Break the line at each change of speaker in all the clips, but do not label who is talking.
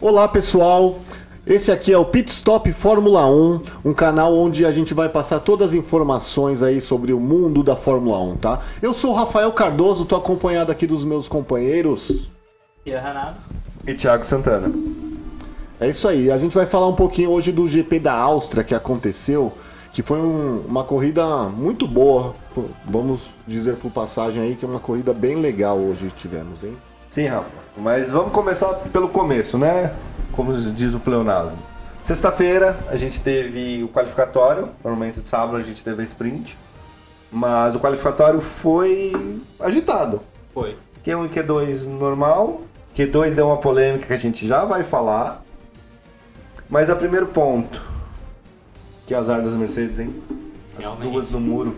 Olá, pessoal. Esse aqui é o Pit Stop Fórmula 1, um canal onde a gente vai passar todas as informações aí sobre o mundo da Fórmula 1, tá? Eu sou o Rafael Cardoso, tô acompanhado aqui dos meus companheiros.
E Renato.
E Thiago Santana.
É isso aí. A gente vai falar um pouquinho hoje do GP da Áustria que aconteceu, que foi um- uma corrida muito boa. Pô, Vamos dizer por passagem aí que é uma corrida bem legal hoje tivemos, hein?
Sim, Rafa. Mas vamos começar pelo começo, né? Como diz o pleonasmo. Sexta-feira a gente teve o qualificatório, normalmente de sábado a gente teve a sprint. Mas o qualificatório foi agitado.
Foi.
Q1 e Q2 normal. Q2 deu uma polêmica que a gente já vai falar. Mas a primeiro ponto. Que azar das Mercedes, hein? As
Realmente.
duas no muro.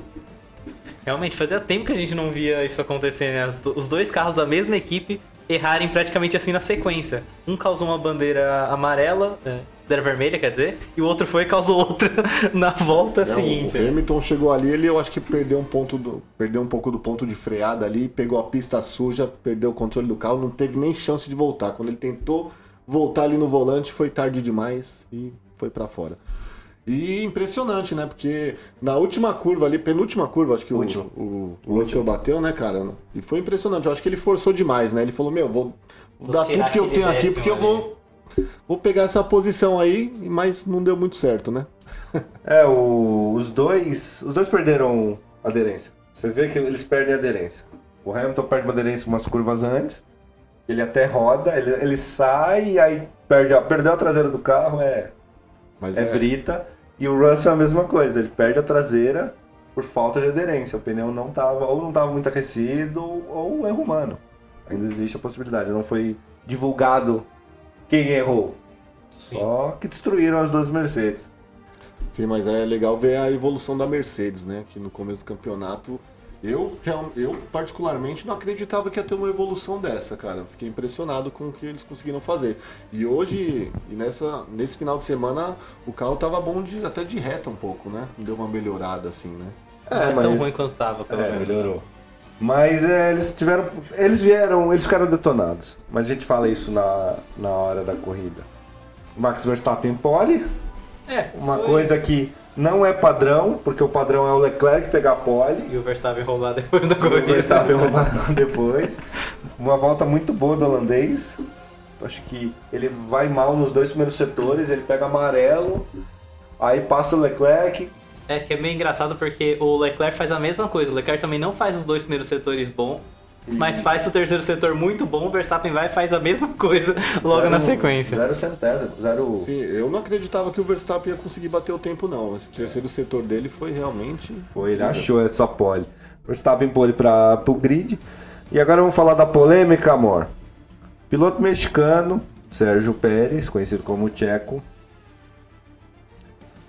Realmente, fazia tempo que a gente não via isso acontecer, né? As do- Os dois carros da mesma equipe errarem praticamente assim na sequência. Um causou uma bandeira amarela, é, bandeira vermelha, quer dizer, e o outro foi e causou outra na volta
É, o-
seguinte.
O Hamilton chegou ali, ele eu acho que perdeu um ponto do, perdeu um pouco do ponto de freada ali, pegou a pista suja, perdeu o controle do carro, não teve nem chance de voltar. Quando ele tentou voltar ali no volante, foi tarde demais e foi pra fora. E impressionante, né? Porque na última curva ali, penúltima curva, acho que o,
Última.
o, o Russell bateu, né, cara? E foi impressionante. Eu acho que ele forçou demais, né? Ele falou: Meu, vou,
Vou
dar
tirar
tudo que eu
aquele
tenho aqui,
décimo
porque eu
ali."
vou, vou pegar essa posição aí, mas não deu muito certo, né?
É, o- os dois. Os dois perderam aderência. Você vê que eles perdem aderência. O Hamilton perde uma aderência umas curvas antes. Ele até roda, ele, ele sai e aí perde, ó, perdeu a traseira do carro, é,
Mas
é brita. E o Russell é a mesma coisa, ele perde a traseira por falta de aderência. O pneu não tava, ou não tava muito aquecido, ou, ou erro humano. Ainda existe a possibilidade, não foi divulgado quem errou. Só que destruíram as duas Mercedes.
Sim, mas é legal ver a evolução da Mercedes, né? Que no começo do campeonato, eu, real- eu particularmente não acreditava que ia ter uma evolução dessa, cara. Eu fiquei impressionado com o que eles conseguiram fazer. E hoje, e nessa, nesse final de semana, o carro tava bom de, até de reta um pouco, né? Deu uma melhorada, assim, né?
Não é tão ruim quanto tava, pelo
É,
menos.
melhorou. Mas é, eles tiveram. Eles vieram. Eles ficaram detonados. Mas a gente fala isso na, na hora da corrida. Max Verstappen pole.
É,
Uma
foi.
coisa que não é padrão, porque o padrão é o Leclerc pegar pole.
E o Verstappen roubar depois da
E o Verstappen
corrida.
roubar depois. Uma volta muito boa do holandês. Acho que ele vai mal nos dois primeiros setores, ele pega amarelo, aí passa o Leclerc,
É, que é meio engraçado porque o Leclerc faz a mesma coisa. O Leclerc também não faz os dois primeiros setores bom, mas faz o terceiro setor muito bom. O Verstappen vai e faz a mesma coisa logo na
Zero-
sequência.
Zero centésimo, zero.
Sim, eu não acreditava que o Verstappen ia conseguir bater o tempo, não. Esse terceiro setor dele foi realmente.
Foi, ele achou essa pole. Verstappen pole para o grid. E agora vamos falar da polêmica, amor. Piloto mexicano, Sérgio Pérez, conhecido como Checo,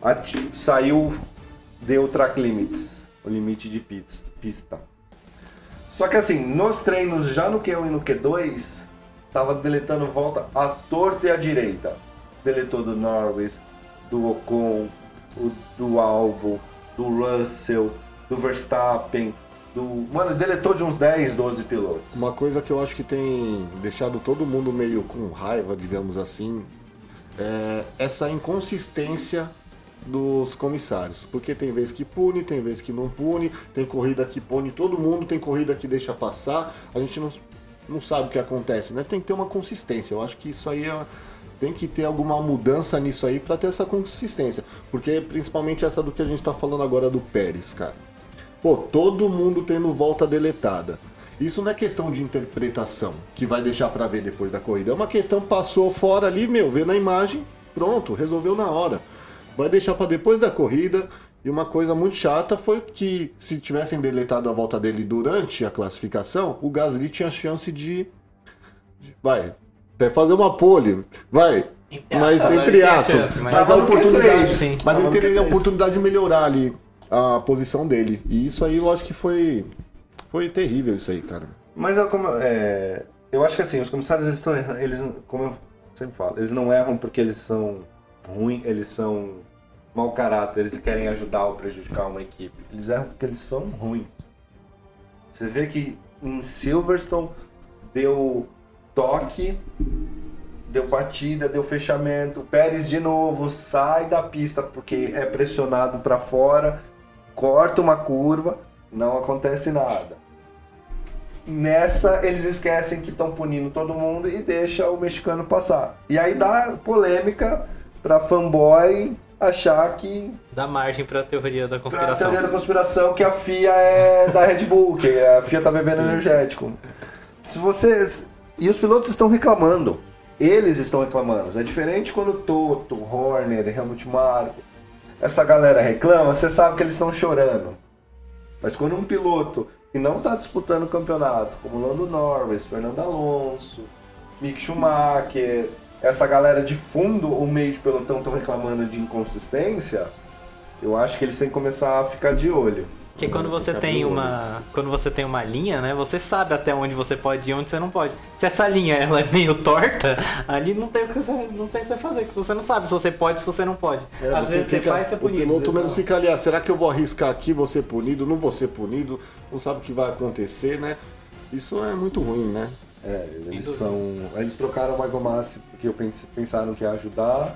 ati- saiu, deu track limits, o limite de pits- pista. Só que assim, nos treinos, já no Q1 e no Q2, tava deletando volta à torta e à direita. Deletou do Norris, do Ocon, o- do Albo, do Russell, do Verstappen, do. Mano, deletou de uns 10, 12 pilotos.
Uma coisa que eu acho que tem deixado todo mundo meio com raiva, digamos assim, é essa inconsistência dos comissários. Porque tem vez que pune, tem vez que não pune, tem corrida que pune todo mundo, tem corrida que deixa passar. A gente não, não sabe o que acontece, né? Tem que ter uma consistência. Eu acho que isso aí é- tem que ter alguma mudança nisso aí para ter essa consistência. Porque principalmente essa do que a gente tá falando agora do Pérez, cara. Pô, todo mundo tendo volta deletada. Isso não é questão de interpretação, que vai deixar pra ver depois da corrida. É uma questão passou fora ali, meu, vê na imagem, pronto, resolveu na hora. Vai deixar pra depois da corrida. E uma coisa muito chata foi que se tivessem deletado a volta dele durante a classificação, o Gasly tinha chance de, de- vai até fazer uma pole, vai,
Entre
mas
aspas,
entre
né?
aspas,
Chance,
mas,
mas-
a
Tava no Q3,
oportunidade,
sim.
mas
Tava
ele
no
teria a
Q3.
oportunidade de melhorar ali a posição dele. E isso aí eu acho que foi foi terrível isso aí, cara.
Mas eu, como, é, eu acho que assim, os comissários eles estão errando, eles, como eu sempre falo, eles não erram porque eles são ruins, eles são mau caráter, eles querem ajudar ou prejudicar uma equipe. Eles erram porque eles são ruins. Você vê que em Silverstone deu toque deu batida, deu fechamento. Pérez de novo sai da pista porque é pressionado para fora, corta uma curva, não acontece nada. Nessa, eles esquecem que estão punindo todo mundo e deixa o mexicano passar. E aí dá polêmica para fanboy achar que
Dá margem pra teoria da
pra
conspiração.
teoria da conspiração que a FIA é da Red Bull, que a FIA tá bebendo energético. Se vocês. E os pilotos estão reclamando. Eles estão reclamando. É diferente quando Toto, Horner, Helmut Marko, essa galera reclama, você sabe que eles estão chorando. Mas quando um piloto que não está disputando o campeonato, como Lando Norris, Fernando Alonso, Mick Schumacher, essa galera de fundo, o meio de pelotão estão reclamando de inconsistência, eu acho que eles têm que começar a ficar de olho.
Porque quando você
Ficar
tem
pelo
uma. Quando você tem uma linha, né? Você sabe até onde você pode ir e onde você não pode. Se essa linha ela é meio torta, ali não tem o que você, não tem o que você fazer. Que você não sabe se você pode, se você não pode.
É,
Às vezes você
fica-
faz, você é punido.
O piloto
às vezes
mesmo
não.
fica ali, ah, será que eu vou arriscar aqui, vou ser punido, não vou ser punido, não sabe o que vai acontecer, né? Isso é muito ruim, né?
É, eles
dúvida.
são. Eles trocaram o Michael Massi porque eu pens- pensaram que ia ajudar,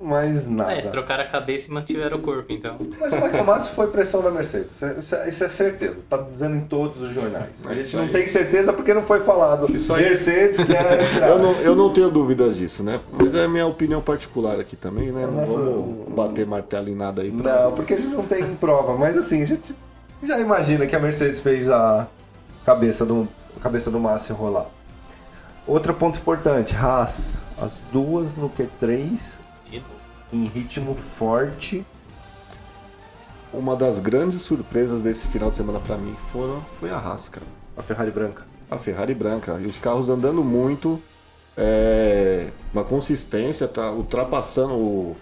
mas nada.
É, eles trocaram a cabeça e mantiveram o corpo, então.
Mas o Michael Massi foi pressão da Mercedes. Isso é- Isso é, isso é certeza. Tá dizendo em todos os jornais. A
É
gente
isso
não
aí.
tem certeza porque não foi falado.
Isso aí.
Mercedes quer tirar.
Eu não, eu não tenho dúvidas disso, né? Mas é a minha opinião particular aqui também, né? Não
Nossa,
vamos
o-
bater martelo em nada aí. pra-
Não, porque a gente não tem prova. Mas assim, a gente já imagina que a Mercedes fez a cabeça do, a cabeça do Massi rolar. Outro ponto importante, Haas. As duas no Q3 em ritmo forte.
Uma das grandes surpresas desse final de semana pra mim foram, foi a Rasca.
A Ferrari branca.
A Ferrari branca. E os carros andando muito, é, uma consistência, tá ultrapassando. o-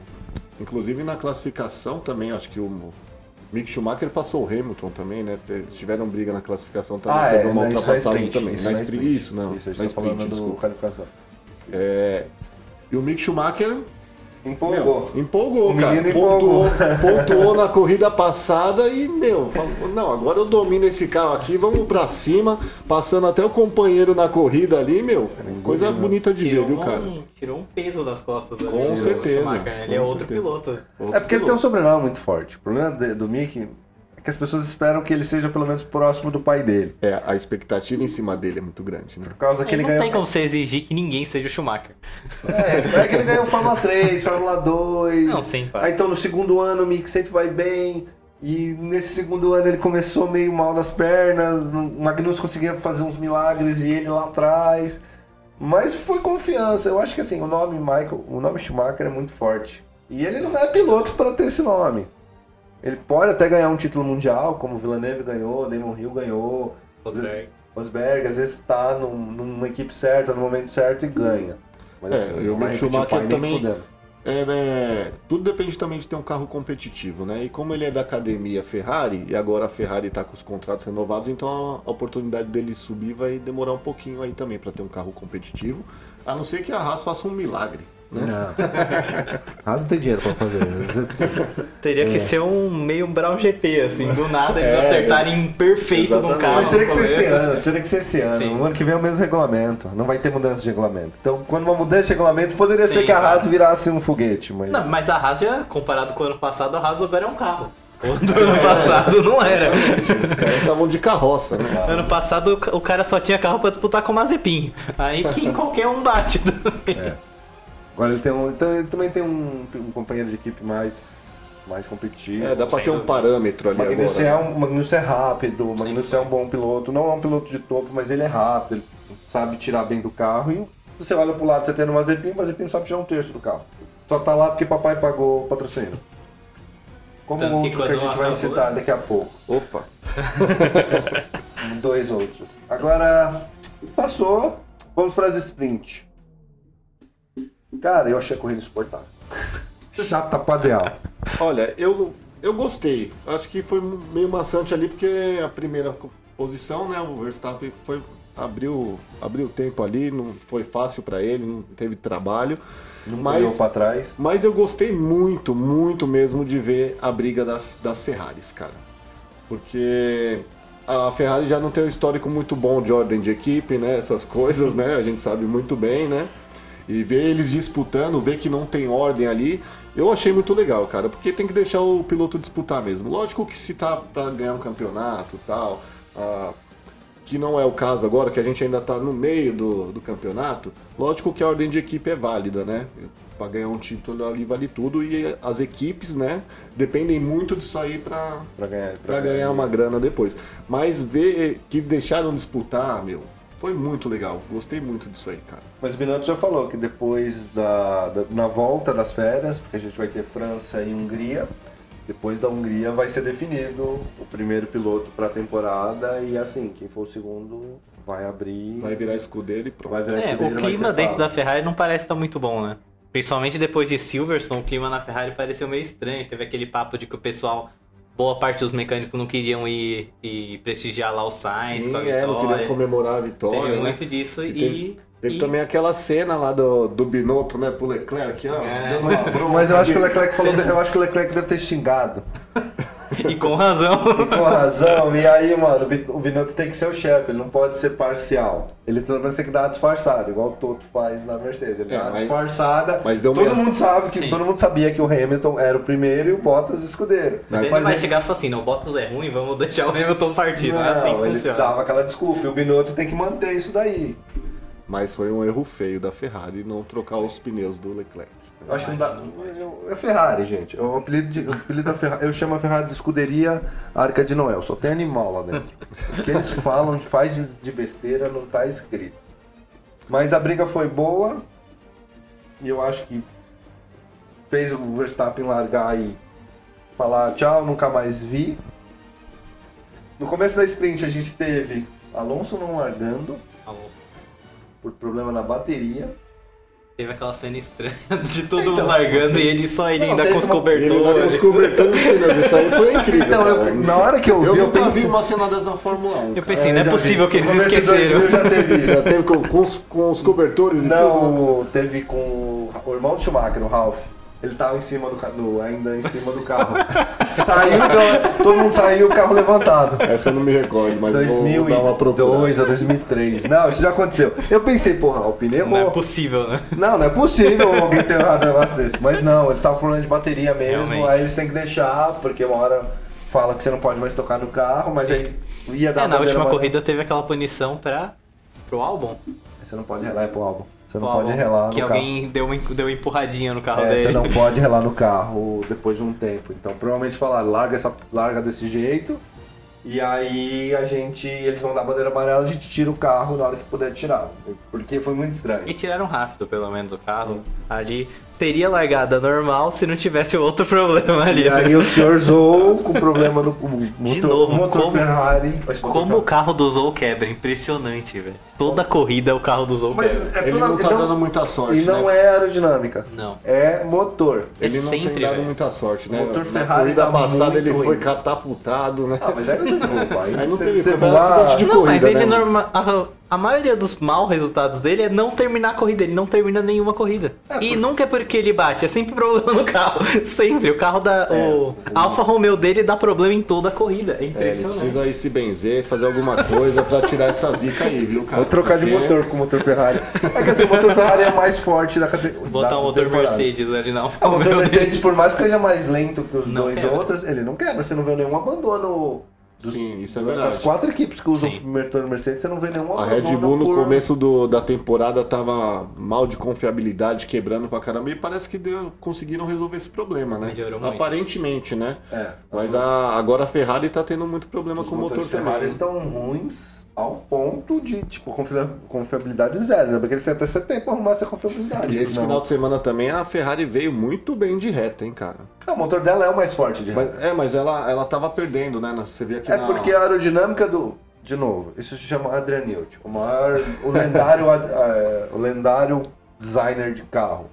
inclusive na classificação também, acho que o Mick Schumacher passou o Hamilton também, né? Eles tiveram briga na classificação também, teve uma
né, isso na
ultrapassagem
sprint,
também.
isso
na
na
sprint,
sprint.
isso, não.
Isso, a gente
na
tá falando
sprint,
do
desculpa.
qualificação.
E o Mick Schumacher
Empolgou.
Meu, empolgou,
O
cara.
menino
Pontuou,
empolgou.
pontuou na corrida passada e, meu, falou, não, agora eu domino esse carro aqui, vamos pra cima, passando até o companheiro na corrida ali, meu. Coisa bonita de ver,
Tirou,
viu, né?
um-
cara?
tirou um peso das costas. ali,
Com
o
certeza,
Schumacher, né? Ele é
com
outro
certeza.
piloto.
É porque ele tem um sobrenome muito forte. O problema de- do Mickey é que as pessoas esperam que ele seja pelo menos próximo do pai dele.
É, a expectativa em cima dele é muito grande, né?
Por causa que
Ele
ele,
É, não tem como
ganhou.
você exigir que ninguém seja o Schumacher.
É, é que ele ganhou Fórmula 3, Fórmula 2.
Não, sim, pá.
Aí então no segundo ano o Mickey sempre vai bem. E nesse segundo ano ele começou meio mal das pernas. O Magnus conseguia fazer uns milagres e ele lá atrás. Mas foi confiança. Eu acho que assim, o nome Michael, o nome Schumacher é muito forte. E ele não é piloto para ter esse nome. Ele pode até ganhar um título mundial, como o Villeneuve ganhou, Damon Hill ganhou,
Rosberg.
Rosberg às vezes tá num- numa equipe certa, no momento certo e ganha. Mas
É,
assim,
e
não
o
vai repetir
Schumacher
pai nem
também-
fudendo.
É, é, tudo depende também de ter um carro competitivo, né? E como ele é da academia Ferrari, e agora a Ferrari tá com os contratos renovados, então a oportunidade dele subir vai demorar um pouquinho aí também pra ter um carro competitivo, a não ser que a Haas faça um milagre, né?
Não. Ah, não tem dinheiro pra fazer. Você precisa-
Teria que ser um meio Brown GP, assim, do nada eles
É,
acertarem um perfeito no
exatamente.
carro.
Mas teria que
no
ser esse
começo.
ano, teria que ser esse ano.
Sim.
O ano que vem é o mesmo regulamento. Não vai ter mudança de regulamento. Então, quando uma mudança de regulamento, poderia
Sim,
ser que a
claro.
Haas virasse um foguete, mas.
Não, mas a Haas já, comparado com o ano passado, a Haas agora é um carro. O do
É.
ano passado não era.
Os caras estavam de carroça, né?
Ano passado o ca- o cara só tinha carro pra disputar com o Mazepin. Aí quem qualquer um bate.
É.
Agora ele tem um. Então ele também tem um, um companheiro de equipe mais, mais competitivo.
É, dá pra
Sem
ter um
dúvida.
parâmetro
O
ali
Magnussen
agora.
é, um, o Magnussen é rápido, o Magnussen é um bom piloto, não é um piloto de topo, mas ele é rápido, ele sabe tirar bem do carro e você olha pro lado, você tem o Mazepin, o Mazepin não sabe tirar um terço do carro. Só tá lá porque papai pagou o patrocínio. Como
Tanto que
outro que a
quando
gente vai
acabou-
citar daqui a pouco.
Opa,
Dois outros. Agora, passou, vamos para as sprint. Cara, eu achei a corrida insuportável. Chata pra deal.
olha, eu, eu gostei. Acho que foi meio maçante ali, porque a primeira co- posição, né? O Verstappen foi, abriu, abriu tempo ali, não foi fácil pra ele, não teve trabalho.
Não deu
mas,
pra trás.
mas eu gostei muito, muito mesmo de ver a briga da- das Ferraris, cara. porque a Ferrari já não tem um histórico muito bom de ordem de equipe, né? Essas coisas, né? A gente sabe muito bem, né? E ver eles disputando, ver que não tem ordem ali, eu achei muito legal, cara, porque tem que deixar o piloto disputar mesmo. Lógico que se tá pra ganhar um campeonato e tal, ah, que não é o caso agora, que a gente ainda tá no meio do, do campeonato, lógico que a ordem de equipe é válida, né? Pra ganhar um título ali vale tudo e as equipes, né, dependem muito disso aí pra,
Pra ganhar,
para ganhar uma grana depois. Mas ver que deixaram disputar, meu, foi muito legal. Gostei muito disso aí, cara.
Mas o Binotto já falou que depois da, da- na volta das férias, porque a gente vai ter França e Hungria, depois da Hungria vai ser definido o primeiro piloto para a temporada e assim, quem for o segundo vai abrir,
Vai virar escudeiro e pronto.
vai virar
É,
escudeiro,
o
vai
clima
ter
dentro
fala.
da Ferrari não parece estar muito bom, né? Principalmente depois de Silverstone, o clima na Ferrari pareceu meio estranho. Teve aquele papo de que o pessoal, boa parte dos mecânicos não queriam ir, ir prestigiar lá o Sainz
Sim,
com a
é, não
vitória.
queria comemorar a vitória,
Teve
né?
muito disso
E
e...
teve- Teve
e-
também aquela cena lá do, do Binotto, né, pro Leclerc, aqui, ó,
É.
dando uma bronca.
Mas eu acho que o
dele.
Leclerc falou, eu acho que o Leclerc deve ter xingado.
e com razão.
E com razão, e aí, mano, o Bi- o Binotto tem que ser o chefe, ele não pode ser parcial. Ele pelo menos tem que dar uma disfarçada, igual o Toto faz na Mercedes. Ele
É,
dá uma
mas-
disfarçada.
mas deu
todo
merda.
mundo sabe que
Sim.
todo mundo sabia que o Hamilton era o primeiro e o Bottas o escudeiro. é
Mas ele não vai chegar e falar assim, não, o Bottas é ruim, vamos deixar o Hamilton partir. Não, é assim
Não,
que
ele
funciona.
dava aquela desculpa, e o Binotto tem que manter isso daí.
Mas foi um erro feio da Ferrari não trocar os pneus do Leclerc.
Eu acho que não dá. É Ferrari, gente. É O apelido, de- o apelido da Ferrari. Eu chamo a Ferrari de escuderia Arca de Noel. Só tem animal lá dentro. O que eles falam, faz de- de besteira, não tá escrito. Mas a briga foi boa. E eu acho que fez o Verstappen largar e falar tchau, nunca mais vi. No começo da sprint a gente teve Alonso não largando
Alô.
por problema na bateria.
Teve aquela cena estranha de todo mundo
Então,
largando e ele só ele
Não,
ainda
teve
com os
uma- ele
Ele
cobertores.
olhou os cobertores dos pneus, isso aí foi incrível.
Então, né? eu-
cara.
na hora que eu,
eu
vi, eu
nunca
pensei,
vi uma cena dessa na Fórmula 1.
Eu
cara.
pensei,
É,
não é
já vi.
possível que eles
No começo de
esqueceram.
2000 já teve isso.
Já teve com, com os, com os cobertores e tudo.
Não, teve com o- o irmão do Schumacher, o Ralph. Ele tava em cima do carro, ainda em cima do carro. saiu, então, todo mundo saiu, o carro levantado.
Essa É, eu não me recordo, mas vou dar uma procurada.
2002 a 2003. Não, isso já aconteceu. Eu pensei, porra, o pneu
Não é
errou.
possível, né?
Não, não é possível alguém ter errado um negócio desse. Mas não, eles estavam com problema de bateria mesmo,
Realmente.
aí eles têm que deixar, porque uma hora fala que você não pode mais tocar no carro, mas
Sim.
aí ia dar
É, na
problema,
última
mas-
corrida teve aquela punição pra, pro álbum.
Você não pode relar é pro álbum. Você não
Pro
pode
Albon,
relar
Que
no carro.
alguém deu uma, deu uma empurradinha no carro
É,
dele.
você não pode relar no carro depois de um tempo. Então, provavelmente falaram, larga, essa, larga desse jeito. E aí a gente. Eles vão dar bandeira amarela, a gente tira o carro na hora que puder tirar. Porque foi muito
E
estranho.
tiraram rápido, pelo menos, o carro. Ali teria largada normal se não tivesse o outro problema ali.
E
né?
aí o senhor Zou com problema no o motor,
novo,
motor
como-
Ferrari. Mas motor
Como o
Ferrari.
carro do Zou quebra, impressionante, velho. Toda corrida o carro do Zou
Mas
quebra.
é
Ele
toda-
não tá
então-
dando muita sorte,
E não
né?
é aerodinâmica.
Não.
É motor.
É
Ele não
sempre,
tem dado
velho.
muita sorte, né?
O motor
Na
Ferrari
corrida
tá
passada
muito
ele foi
ruim.
catapultado, né?
Ah, mas aí não teve roupa.
Aí não teve,
você
foi um
voar-
acidente de
Não, mas
corrida,
ele é
né?
norma... a, a maioria dos maus resultados dele é não terminar a corrida, ele não termina nenhuma corrida. e nunca é porque ele bate, é sempre problema no carro. Sempre. O carro da.
É.
o Alfa Romeo dele dá problema em toda a corrida. É
É, ele
impressionante.
precisa aí se benzer, fazer alguma coisa pra tirar essa zica aí, viu, cara?
Vou trocar de
Porque-
motor com o motor Ferrari. É que assim, o motor Ferrari é mais forte da categoria.
Botar
da
um motor
temporada.
Mercedes ali na Alfa
O motor
Romeo dele.
Mercedes, por mais que seja mais lento que os
Não
dois
quebra.
outros, ele não quebra. Você não vê nenhum abandono.
Sim, isso é
Das
verdade.
quatro equipes que usam
Sim.
o motor Mercedes, você não vê nenhum
A
abandono.
Red Bull no
por-
começo do- da temporada tava mal de confiabilidade, quebrando pra caramba, e parece que deu- conseguiram resolver esse problema, né?
Melhorou muito.
Aparentemente, né?
É.
Mas a- agora a Ferrari tá tendo muito problema
Os
com o motor
motores Ferrari
também. né?
estão ruins ao ponto de, tipo, confia- confiabilidade zero. Né? Porque eles têm até esse tempo pra arrumar essa confiabilidade.
E esse
Não.
final de semana também a Ferrari veio muito bem de reta, hein, cara?
Ah, o motor dela é o mais forte de
Mas- é, mas ela, ela tava perdendo, né? Você vê aqui
É
na...
porque a aerodinâmica do. De novo, isso se chama Adrian Newey, o maior. O lendário, ad- eh, o lendário designer de carro.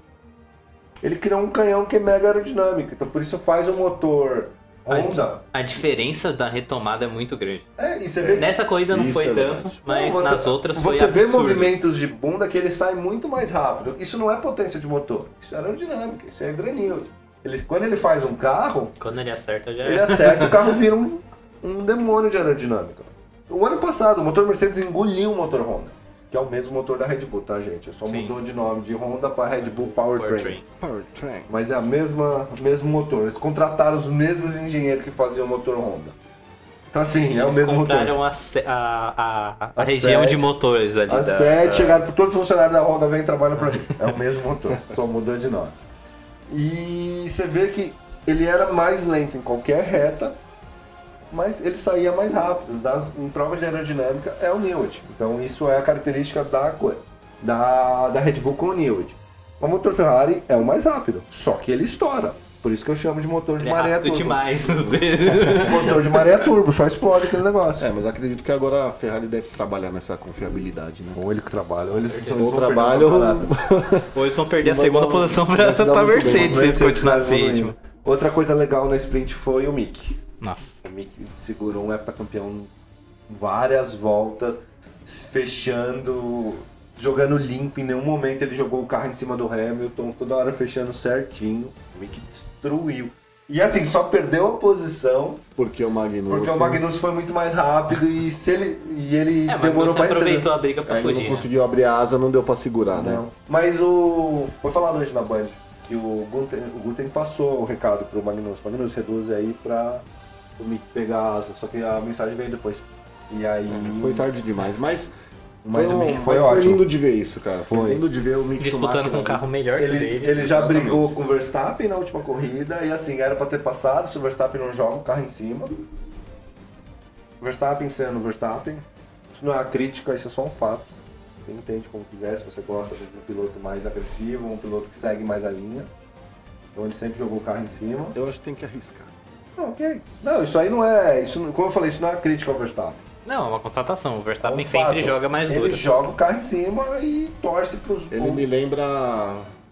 Ele criou um canhão que é mega aerodinâmico, então por isso faz o motor Honda.
A diferença da retomada é muito grande.
É, e você vê.
Nessa corrida não
Isso
foi
é
tanto,
verdade.
né? mas
Não, você-
nas outras foi
Você vê
absurdo.
movimentos de bunda que ele sai muito mais rápido. Isso não é potência de motor, isso é aerodinâmica, isso é Adrian Newey. Ele, quando ele faz um carro,
Quando ele acerta já é
Ele acerta, o carro vira um, um demônio de aerodinâmica. O ano passado, o motor Mercedes engoliu o motor Honda. Que que é o mesmo motor da Red Bull, tá, gente? Só
Sim.
mudou de nome de Honda para Red Bull Powertrain.
Powertrain.
Powertrain.
Mas é a mesma mesmo motor. Eles contrataram os mesmos engenheiros que faziam o motor Honda. Então, assim, é o
Eles
mesmo motor.
compraram a, se- a- a- a
A
região
sede.
de motores ali.
A
da-
sede, chegaram por todos os funcionários da Honda, vem e trabalha pra mim. É o mesmo motor, só mudou de nome. E você vê que ele era mais lento em qualquer reta, mas ele saía mais rápido. Das, em provas de aerodinâmica é o Newett. Então isso é a característica da, co- da, da Red Bull com o Newett. O motor Ferrari é o mais rápido, só que ele estoura. Por isso que eu chamo de motor de
Ele é
maré
rápido
turbo.
demais.
Motor de maré turbo, só explode aquele negócio.
É, mas acredito que agora a Ferrari deve trabalhar nessa confiabilidade, né?
Ou ele que trabalha, ou eles são
Ou
vão perder
trabalho
o campeonato.
Ou eles vão perder a
Vai
segunda
dar-
posição
vai
pra,
se dar
pra
muito bem.
Mercedes se assim, tipo. eles
Mercedes
continuarem
vai
nesse
evoluindo.
ritmo.
Outra coisa legal na sprint foi o Mick.
Nossa.
O Mick segurou um heptacampeão várias voltas, se fechando, jogando limpo. Em nenhum momento ele jogou o carro em cima do Hamilton, toda hora fechando certinho. O Mick destruiu. E assim, só perdeu a posição
Porque o Magnus.
porque o Magnus foi muito mais rápido e, se ele, e ele
É, mas
demorou
você
mais
aproveitou a briga pra
ainda não
fugir. né?
conseguiu abrir a asa, não deu pra segurar, né?
Não. Mas o. Foi falado hoje na Band que o Guten, o Guten passou o recado pro Magnus. Magnus, reduz aí pra o Mick pegar a asa. Só que a mensagem veio depois. E aí.
É, Foi tarde demais, mas.
Mas
foi,
o
um-
Mick foi
mas
ótimo.
lindo de ver isso, cara. Foi,
Foi.
lindo de ver o Mick
Disputando
Schumacher
com um
ali.
carro melhor que o
Ele,
dele.
ele já
Exatamente.
brigou com o Verstappen na última corrida e assim, era pra ter passado, se o Verstappen não joga o carro é em cima. Verstappen sendo Verstappen. Isso não é uma crítica, isso é só um fato. Você entende como quiser, se você gosta de um piloto mais agressivo, um piloto que segue mais a linha. Então ele sempre jogou o carro em cima.
Eu acho que tem que arriscar.
Não, ok. Não, isso aí não é. Isso, não- como eu falei, isso não é uma crítica ao Verstappen.
Não, é uma constatação. O
É um
Verstappen sempre
fato.
joga mais duro.
Ele joga o carro em cima e torce pros
Ele me lembra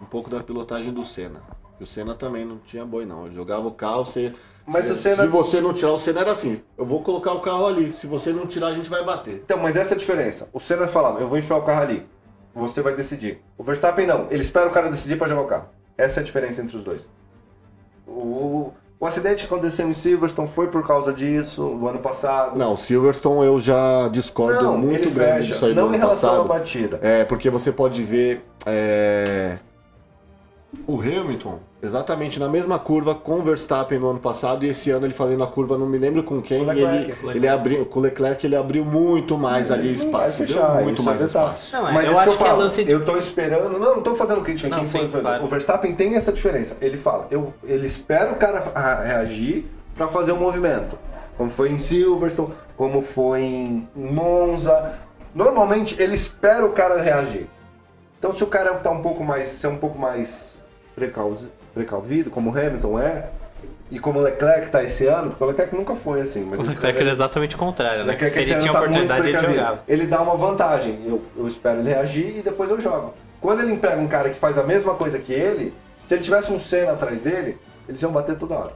um pouco da pilotagem do Senna. O Senna também não tinha boi, não. Ele jogava o carro, você.
Mas
se,
o Senna-
se você não tirar, o Senna era assim: eu vou colocar o carro ali, se você não tirar, a gente vai bater.
Então, mas essa é a diferença. O Senna falava, eu vou enfiar o carro ali. Você vai decidir. O Verstappen não. Ele espera o cara decidir para jogar o carro. Essa é a diferença entre os dois. O, o acidente que aconteceu em Silverstone foi por causa disso, no ano passado.
Não, o Silverstone eu já discordo
Não, ele
muito grande disso
fecha.
aí do
Não
ano
em relação
passado.
à batida.
É, porque você pode ver é, o Hamilton exatamente na mesma curva com o Verstappen no ano passado e esse ano ele fazendo a curva, não me lembro com quem,
Com o
e ele,
Leclerc.
ele abriu, com o Leclerc ele abriu muito mais ali
Não
espaço, deu
vai fechar, isso
muito
é
mais
verdade.
espaço.
Não, é,
Mas
eu
isso
acho
que eu
que é
falo,
lance de-
eu tô esperando, não, não tô fazendo crítica aqui,
Não,
quem
sim,
foi-
claro.
o Verstappen tem essa diferença, ele fala, eu, ele espera o cara ah, reagir pra fazer o movimento, como foi em Silverstone, como foi em Monza, normalmente ele espera o cara reagir, então se o cara tá um pouco mais, ser um pouco mais precau- precauvido, como o Hamilton é, e como o Leclerc tá esse ano, porque o Leclerc nunca foi assim, mas
O
ele-
Leclerc era é exatamente o contrário, né?
Leclerc
Se
esse
ele
ano
tinha
tá
oportunidade,
muito
ele
precavido.
jogava.
Ele dá uma vantagem. Eu, eu espero ele reagir e depois eu jogo. Quando ele pega um cara que faz a mesma coisa que ele, se ele tivesse um Senna atrás dele, eles iam bater toda hora.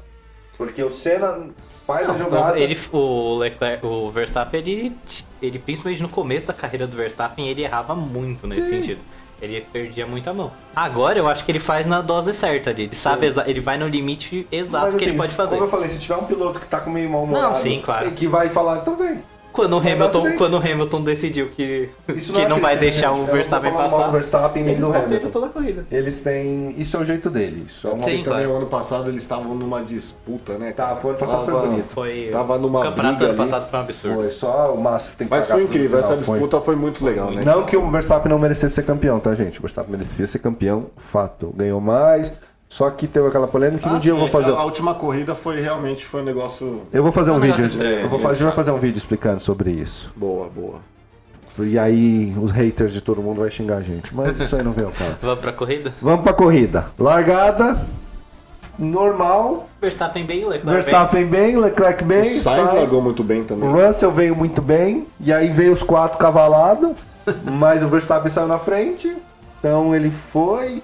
Porque o Senna faz a jogada.
Ele, o, Leclerc, o Verstappen, ele, ele, principalmente no começo da carreira do Verstappen, ele errava muito nesse sentido. Ele perdia muito a mão. Agora eu acho que ele faz na dose certa ali. Ele sabe, exa- ele vai no limite exato
Mas,
que ele
assim,
pode fazer.
Como eu falei, se tiver um piloto que tá com meio mal humorado
Não, sim, claro.
e que vai falar, então vem.
Quando o
Mas
Hamilton,
acidente.
quando o Hamilton decidiu que,
Isso
que
é
não vai
crítica,
deixar o
gente. Eu não tô
Verstappen
falando mal
passar,
do Verstappen nem
eles
do
bateram
Hamilton.
toda a corrida.
Eles têm. Isso é o jeito dele. Isso é uma.
Sim.
E também
claro.
o ano passado eles estavam numa disputa, né?
Tá,
cara?
foi ano passado foi
Tava-
bonito.
Foi
Tava numa
o campeonato
briga
ano
ali.
passado foi um absurdo.
Foi só o Massa que tem que
Mas
pagar
foi
tudo,
incrível, essa
não, foi.
disputa foi muito legal, né?
Não que o Verstappen não merecesse ser campeão, tá, gente? O Verstappen merecia ser campeão, fato. Ganhou mais, só que teve aquela polêmica.
Ah,
um dia eu
sim,
vou fazer.
A, a última corrida foi realmente foi um negócio
Eu vou fazer um
É um
vídeo.
negócio estranho,
Eu vou
né?
fazer, a gente vai fazer um vídeo explicando sobre isso.
boa, boa.
E aí os haters de todo mundo vai xingar a gente. Mas isso aí não vem ao caso.
Vamos pra corrida?
Vamos pra corrida. Largada. Normal.
Verstappen bem, Leclerc bem.
Verstappen bem, Leclerc
O
bem.
Sainz, largou muito bem também. né?
O Russell veio muito bem, e aí veio os quatro cavalados, mas o Verstappen saiu na frente, então ele foi.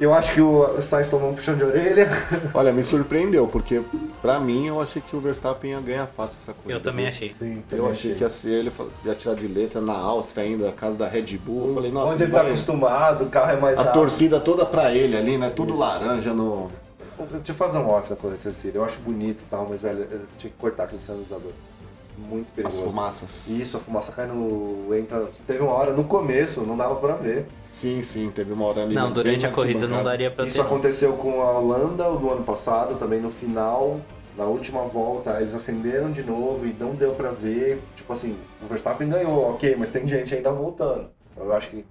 Eu acho que o Sainz tomou um puxão de orelha.
Olha, me surpreendeu, porque pra mim eu achei que o Verstappen ia ganhar fácil essa corrida.
Eu também achei.
Sim,
Eu achei que ia ser ele fa- ia tirar de letra na Áustria ainda, a casa da Red Bull. Eu falei, nossa,
Onde
ele
ele tá
vai-
acostumado, o carro é mais
a
rápido.
torcida toda pra ele ali, né? Tudo laranja no.
Deixa eu fazer um off da coisa da torcida. Eu acho bonito e tal, mas velho, eu tinha que cortar aquele sinalizador. Muito
As
perigoso.
fumaças.
Isso, a fumaça cai no. entra. Teve uma hora no começo, não dava pra ver.
Sim, sim, teve uma hora ali.
Não,
bem
durante
na
a corrida não
arquibancada.
daria pra
Isso
ter.
aconteceu com a Holanda do ano passado, também no final, na última volta, eles acenderam de novo e não deu pra ver. Tipo assim, o Verstappen ganhou, ok, mas tem gente ainda voltando. Eu acho que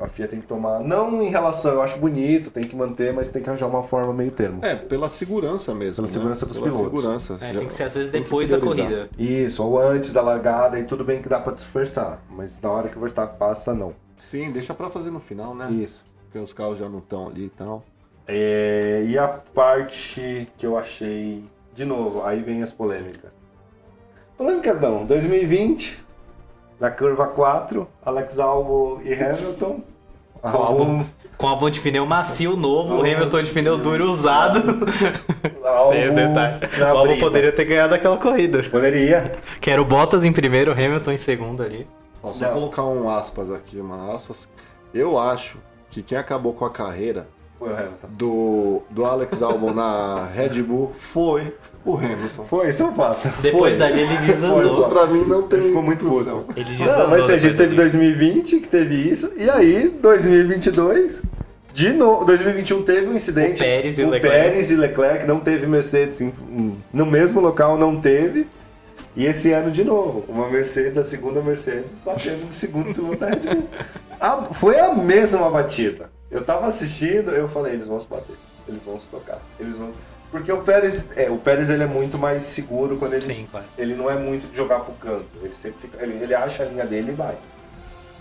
a- a FIA tem que tomar. Não em relação, eu acho bonito, tem que manter, mas tem que arranjar uma forma meio termo.
É, pela segurança mesmo.
Pela
né?
segurança dos
pela
pilotos.
segurança.
É,
Já-
tem que ser às vezes
tem que
depois da
priorizar.
corrida.
Isso, ou antes da largada, e tudo bem que dá pra dispersar, mas na hora que o Verstappen passa, não.
Sim, deixa pra fazer no final, né?
Isso.
Porque os carros já não estão ali e tal.
É, e a parte que eu achei, de novo, aí vem as polêmicas. Polêmicas não, 2020, na curva 4, Alex Albo e Hamilton.
Álbum. Com o álbum de pneu macio novo, o Hamilton de pneu duro usado.
Álbum
Tem o detalhe. O
na
álbum
briga.
poderia ter ganhado aquela corrida.
Poderia.
Que era o Bottas em primeiro, o Hamilton em segundo ali.
Ó, só
Não.
colocar um aspas aqui, uma aspas. Eu acho que quem acabou com a carreira
Foi o Hamilton.
do, do Alex Albon na Red Bull foi o Hamilton.
Foi, isso é um fato.
Depois dali ele
Isso
desandou.
pra mim não tem
Ele ficou muito
discussão.
puto.
Ele desandou.
Não, mas a
depois
gente teve
dali.
2020 que teve isso, e aí 2022, de novo, 2021 teve um incidente.
O Pérez e
o
Leclerc.
Pérez e Leclerc, não teve Mercedes em- no mesmo local, não teve. E esse ano de novo, uma Mercedes, a segunda Mercedes, batendo no segundo piloto da Red Bull. A- foi a mesma batida. Eu tava assistindo, eu falei, eles vão se bater, eles vão se tocar, eles vão. Porque o Pérez, é, o Pérez ele é muito mais seguro quando ele
Sim, claro.
ele não é muito de jogar pro canto. Ele sempre fica- ele, ele acha a linha dele e vai.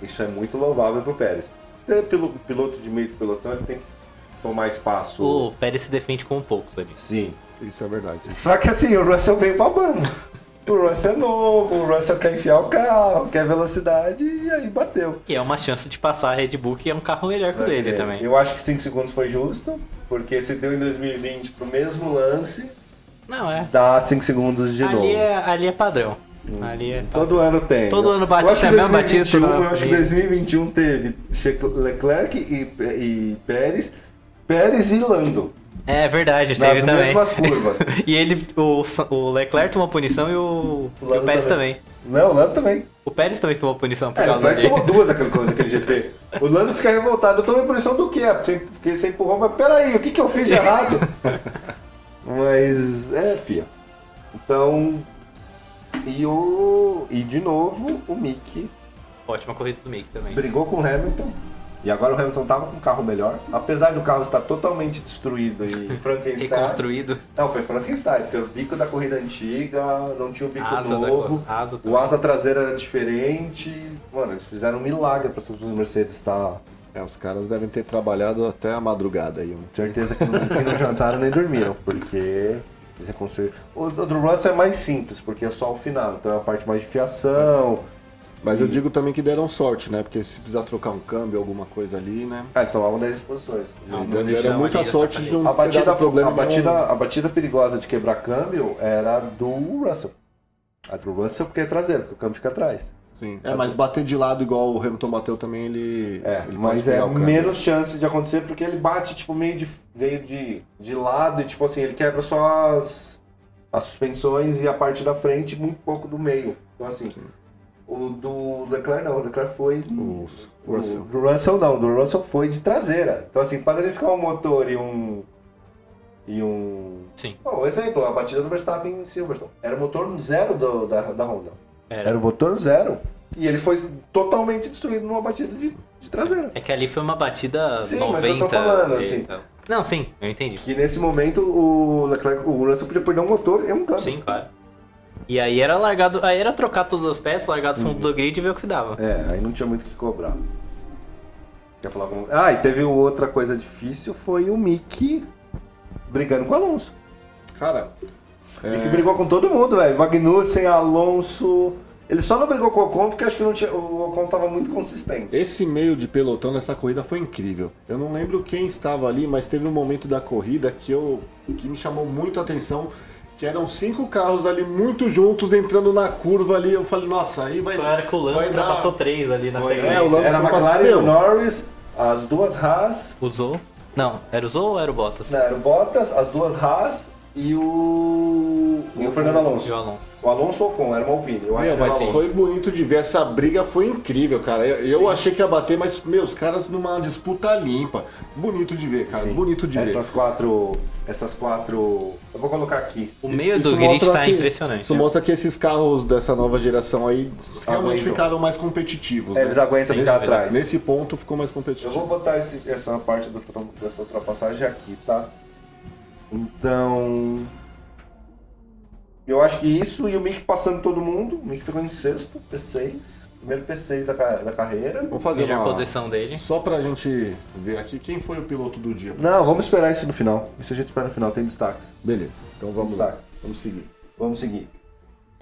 Isso é muito louvável pro Pérez. Ser pilo- piloto de meio de pelotão, ele tem que tomar espaço.
O Pérez se defende com poucos ali.
Sim.
Isso é verdade.
Só que assim, o Russell veio babando. O Russell é novo, o Russell quer enfiar o carro, quer velocidade e aí bateu.
E é uma chance de passar a Red Bull, que é um carro melhor que o dele
É,
também.
Eu acho que 5 segundos foi justo, porque se deu em 2020 pro mesmo lance,
Não, é.
dá 5 segundos de novo. Hum.
Ali é, ali é padrão. Ali é padrão.
Todo ano tem.
Todo ano bate
Eu acho que
a mesma batida,
2021,
toda hora
Eu acho que
tem.
2021 teve Che- Leclerc e, e Pérez. Pérez e Lando.
É verdade,
Nas
teve também.
mesmas curvas.
e ele, o, Sa- o Leclerc tomou punição e o,
O
e o
Lando
Pérez também.
também. Não, o Lando também.
O Pérez também tomou punição por
É, o
causa
Pérez
dele.
tomou duas daquele, coisa, daquele GP. O Lando fica revoltado. Eu tomei punição do quê? Você- Porque você empurrou, mas peraí, o que, que eu fiz de errado? mas é, fia. Então. E o. E de novo, o Mickey
Ótima corrida do Mick também.
brigou com o Hamilton. E agora o Hamilton tava com um carro melhor. Apesar do carro estar totalmente destruído e Frankenstein.
Reconstruído.
Não, foi Frankenstein, porque o bico da corrida é antiga, não tinha o bico
Asa da
novo.
asa
O
do...
asa traseira era diferente. Mano, eles fizeram um milagre pra essas duas Mercedes tá? estar.
É, os caras devem ter trabalhado até a madrugada aí. né?
Certeza que não, que não jantaram nem dormiram, porque eles reconstruíram. O do do Russell é mais simples, porque é só o final, então é a parte mais de fiação.
Mas eu digo também que deram sorte, né? Porque se precisar trocar um câmbio, alguma coisa ali, né?
Ah, eles tomavam 10 posições.
Não,
Então,
munição
deram muita
ali,
sorte de não
atrapalhou.
tá A
ter
batida,
dado problema
a, batida,
nenhum. né?
a batida perigosa de quebrar câmbio era do Russell. A do Russell porque é traseiro, porque o câmbio fica atrás.
Sim. É, mas bater de lado igual o Hamilton bateu também, ele.
tá É,
ele
mas
pode
é
pegar o né? câmbio.
menos chance de acontecer porque ele bate tipo meio de meio de, de lado e tipo assim, ele quebra só as, as suspensões e a parte da frente e muito pouco do meio. Então assim,
Sim.
o do Leclerc não, o Leclerc foi
O
o-
Russell.
do Russell não, do Russell foi de traseira. Então assim, para ele ficar um motor e um e um
Sim,
Bom, exemplo, a batida do Verstappen em Silverstone. Era o motor zero do- da, da Honda.
era.
Era um- o motor zero. E ele foi totalmente destruído numa batida de, de traseira.
É que ali foi uma batida
Sim,
90.
mas eu tô falando,
80. Não, sim, eu entendi.
Que nesse momento o Leclerc, o Russell podia perder um motor e um câmbio.
Sim, claro. E aí era largado, aí era trocar todas as peças, largar do fundo do grid e ver o que dava.
É, aí não tinha muito o que cobrar. Quer falar alguma Ah, e teve outra coisa difícil, foi o Mick brigando com o Alonso.
Cara,
O Mick brigou com todo mundo, velho. Magnussen, Alonso. Ele só não brigou com o Ocon porque acho que não tinha, o Ocon tava muito consistente.
Esse meio de pelotão nessa corrida foi incrível. Eu não lembro quem estava ali, mas teve um momento da corrida que eu que me chamou muito a atenção, que eram cinco carros ali muito juntos entrando na curva ali. Eu falei, nossa, aí vai
Foi a hora que o Lando
vai dar.
ultrapassou três ali na
é, o
sequência.
Lando-
Era a
foi pra
McLaren,
cima.
o Norris, as duas Haas. né,
Usou? Não, era o Zou ou era o Bottas?
Não, era o Bottas, as duas Haas e o. E o Fernando
E o
Alonso.
Alonso.
O Alonso Ocon, era uma Alpine. Eu
Meu,
acho que era o
mas
Alonso.
foi bonito de ver. Essa briga foi incrível, cara. Eu, eu
Sim.
achei que ia bater, mas, meu, os caras numa disputa limpa. Bonito de ver, cara.
Sim.
Bonito de ver.
Essas quatro. Essas quatro. Eu vou colocar aqui.
O meio
Isso
do grid
mostra
tá
que-
impressionante.
Isso mostra que esses carros dessa nova geração aí realmente
Aguentam.
ficaram mais competitivos.
É,
né?
eles aguentam
Sim,
ficar
sim.
atrás.
Nesse ponto ficou mais
Eu
competitivo.
vou botar esse- essa parte das tra- dessa ultrapassagem aqui, tá? Então. Eu acho que isso e o Mick passando todo mundo. O Mick ficou em sexto, P6. Primeiro P6 da, ca- da carreira.
Vamos fazer
Melhor
uma...
posição dele.
Só pra gente ver aqui quem foi o piloto do dia.
Não, vamos esperar isso no final. Isso a gente espera no final, tem destaques.
Beleza, então vamos lá.
Destaque.
Vamos seguir.
Vamos seguir.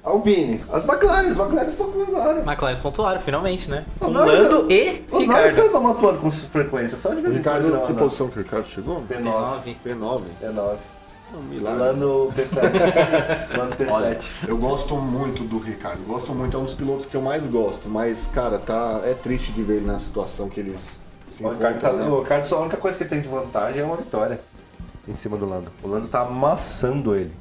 Alpine, as é McLaren, as McLaren populares.
McLaren pontuaram, finalmente, né?
O
Com
Norris-
Lando e
O Norris
Ricardo.
tá mantuando com frequência, só
O
de vez em quando.
Ricardo,
então, não,
que
não.
posição que o Ricardo chegou?
P9.
P9.
P9.
P9.
É um
Lá
milagre.
no P7. Lá no P7.
Olha, eu gosto muito do Ricardo, gosto muito, é um dos pilotos que eu mais gosto, mas, cara, tá, é triste de ver ele na situação que eles se
O Ricardo, tá,
encontram, né?
o Ricardo só a única coisa que ele tem de vantagem é uma vitória em cima do Lando. O Lando tá amassando ele.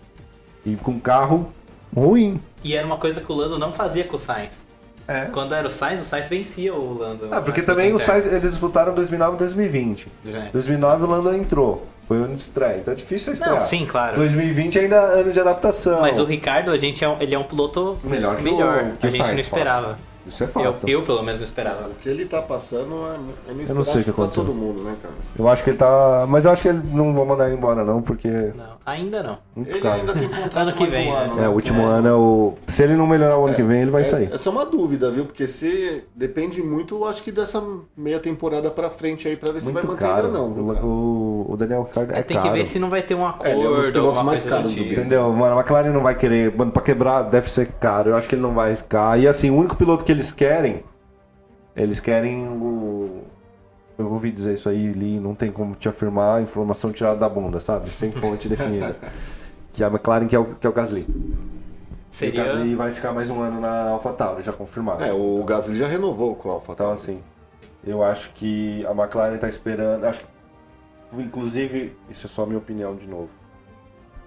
E com um carro ruim.
E era uma coisa que o Lando não fazia com o Sainz.
É.
Quando era o Sainz, o Sainz vencia o Lando.
Ah, porque
Mas
também o
tudo certo.
Sainz, eles disputaram 2009 e 2020.
Já é.
2009 o Lando entrou. Foi um estreia. Então é difícil estrear.
Não, sim, claro.
2020 ainda é ano de adaptação.
Mas o Ricardo, a gente é um- ele é um piloto
Melhor que o- que
a
o
gente
Sainz,
não esperava.
Isso é
Eu,
fato. Eu,
eu, pelo menos, não esperava.
O que ele tá passando é, é
Eu não sei
inesperado
o que
pra
aconteceu.
todo mundo, né, cara?
acho que ele tá. Mas eu acho que ele não vão mandar ele embora, não, porque. é
Não, ainda não.
Muito
Ele
caro.
ainda tem contrato
Ano que
mais
vem,
um
né?
ano.
É, o último ano é o. Se ele não melhorar o ano que vem, ele vai
É,
sair.
Essa é uma dúvida, viu? Porque se depende muito, eu acho que dessa meia temporada pra frente aí, pra ver se vai
Muito
manter
caro.
ele ou não. viu,
O-
cara?
o, o Daniel Ricardo é
Tem
caro.
que ver se não vai ter um
É,
acordo.
ele é um dos pilotos
alguma
mais
coisa do
caros do
tipo.
grid.
Entendeu? Mano, a McLaren não vai querer. Mano, pra quebrar deve ser caro. Eu acho que ele não vai arriscar. E assim, o único piloto que eles querem. Eles querem o. Eu ouvi dizer isso aí, Li, não tem como te afirmar, informação tirada da bunda, sabe? Sem fonte definida. Que a McLaren que é o, que é o Gasly. E o
Seria.
Gasly vai ficar mais um ano na AlphaTauri, já confirmado.
É, o Gasly já renovou com a Alpha
Então, assim, eu acho que a McLaren tá esperando. Acho que, inclusive, isso é só minha opinião de novo.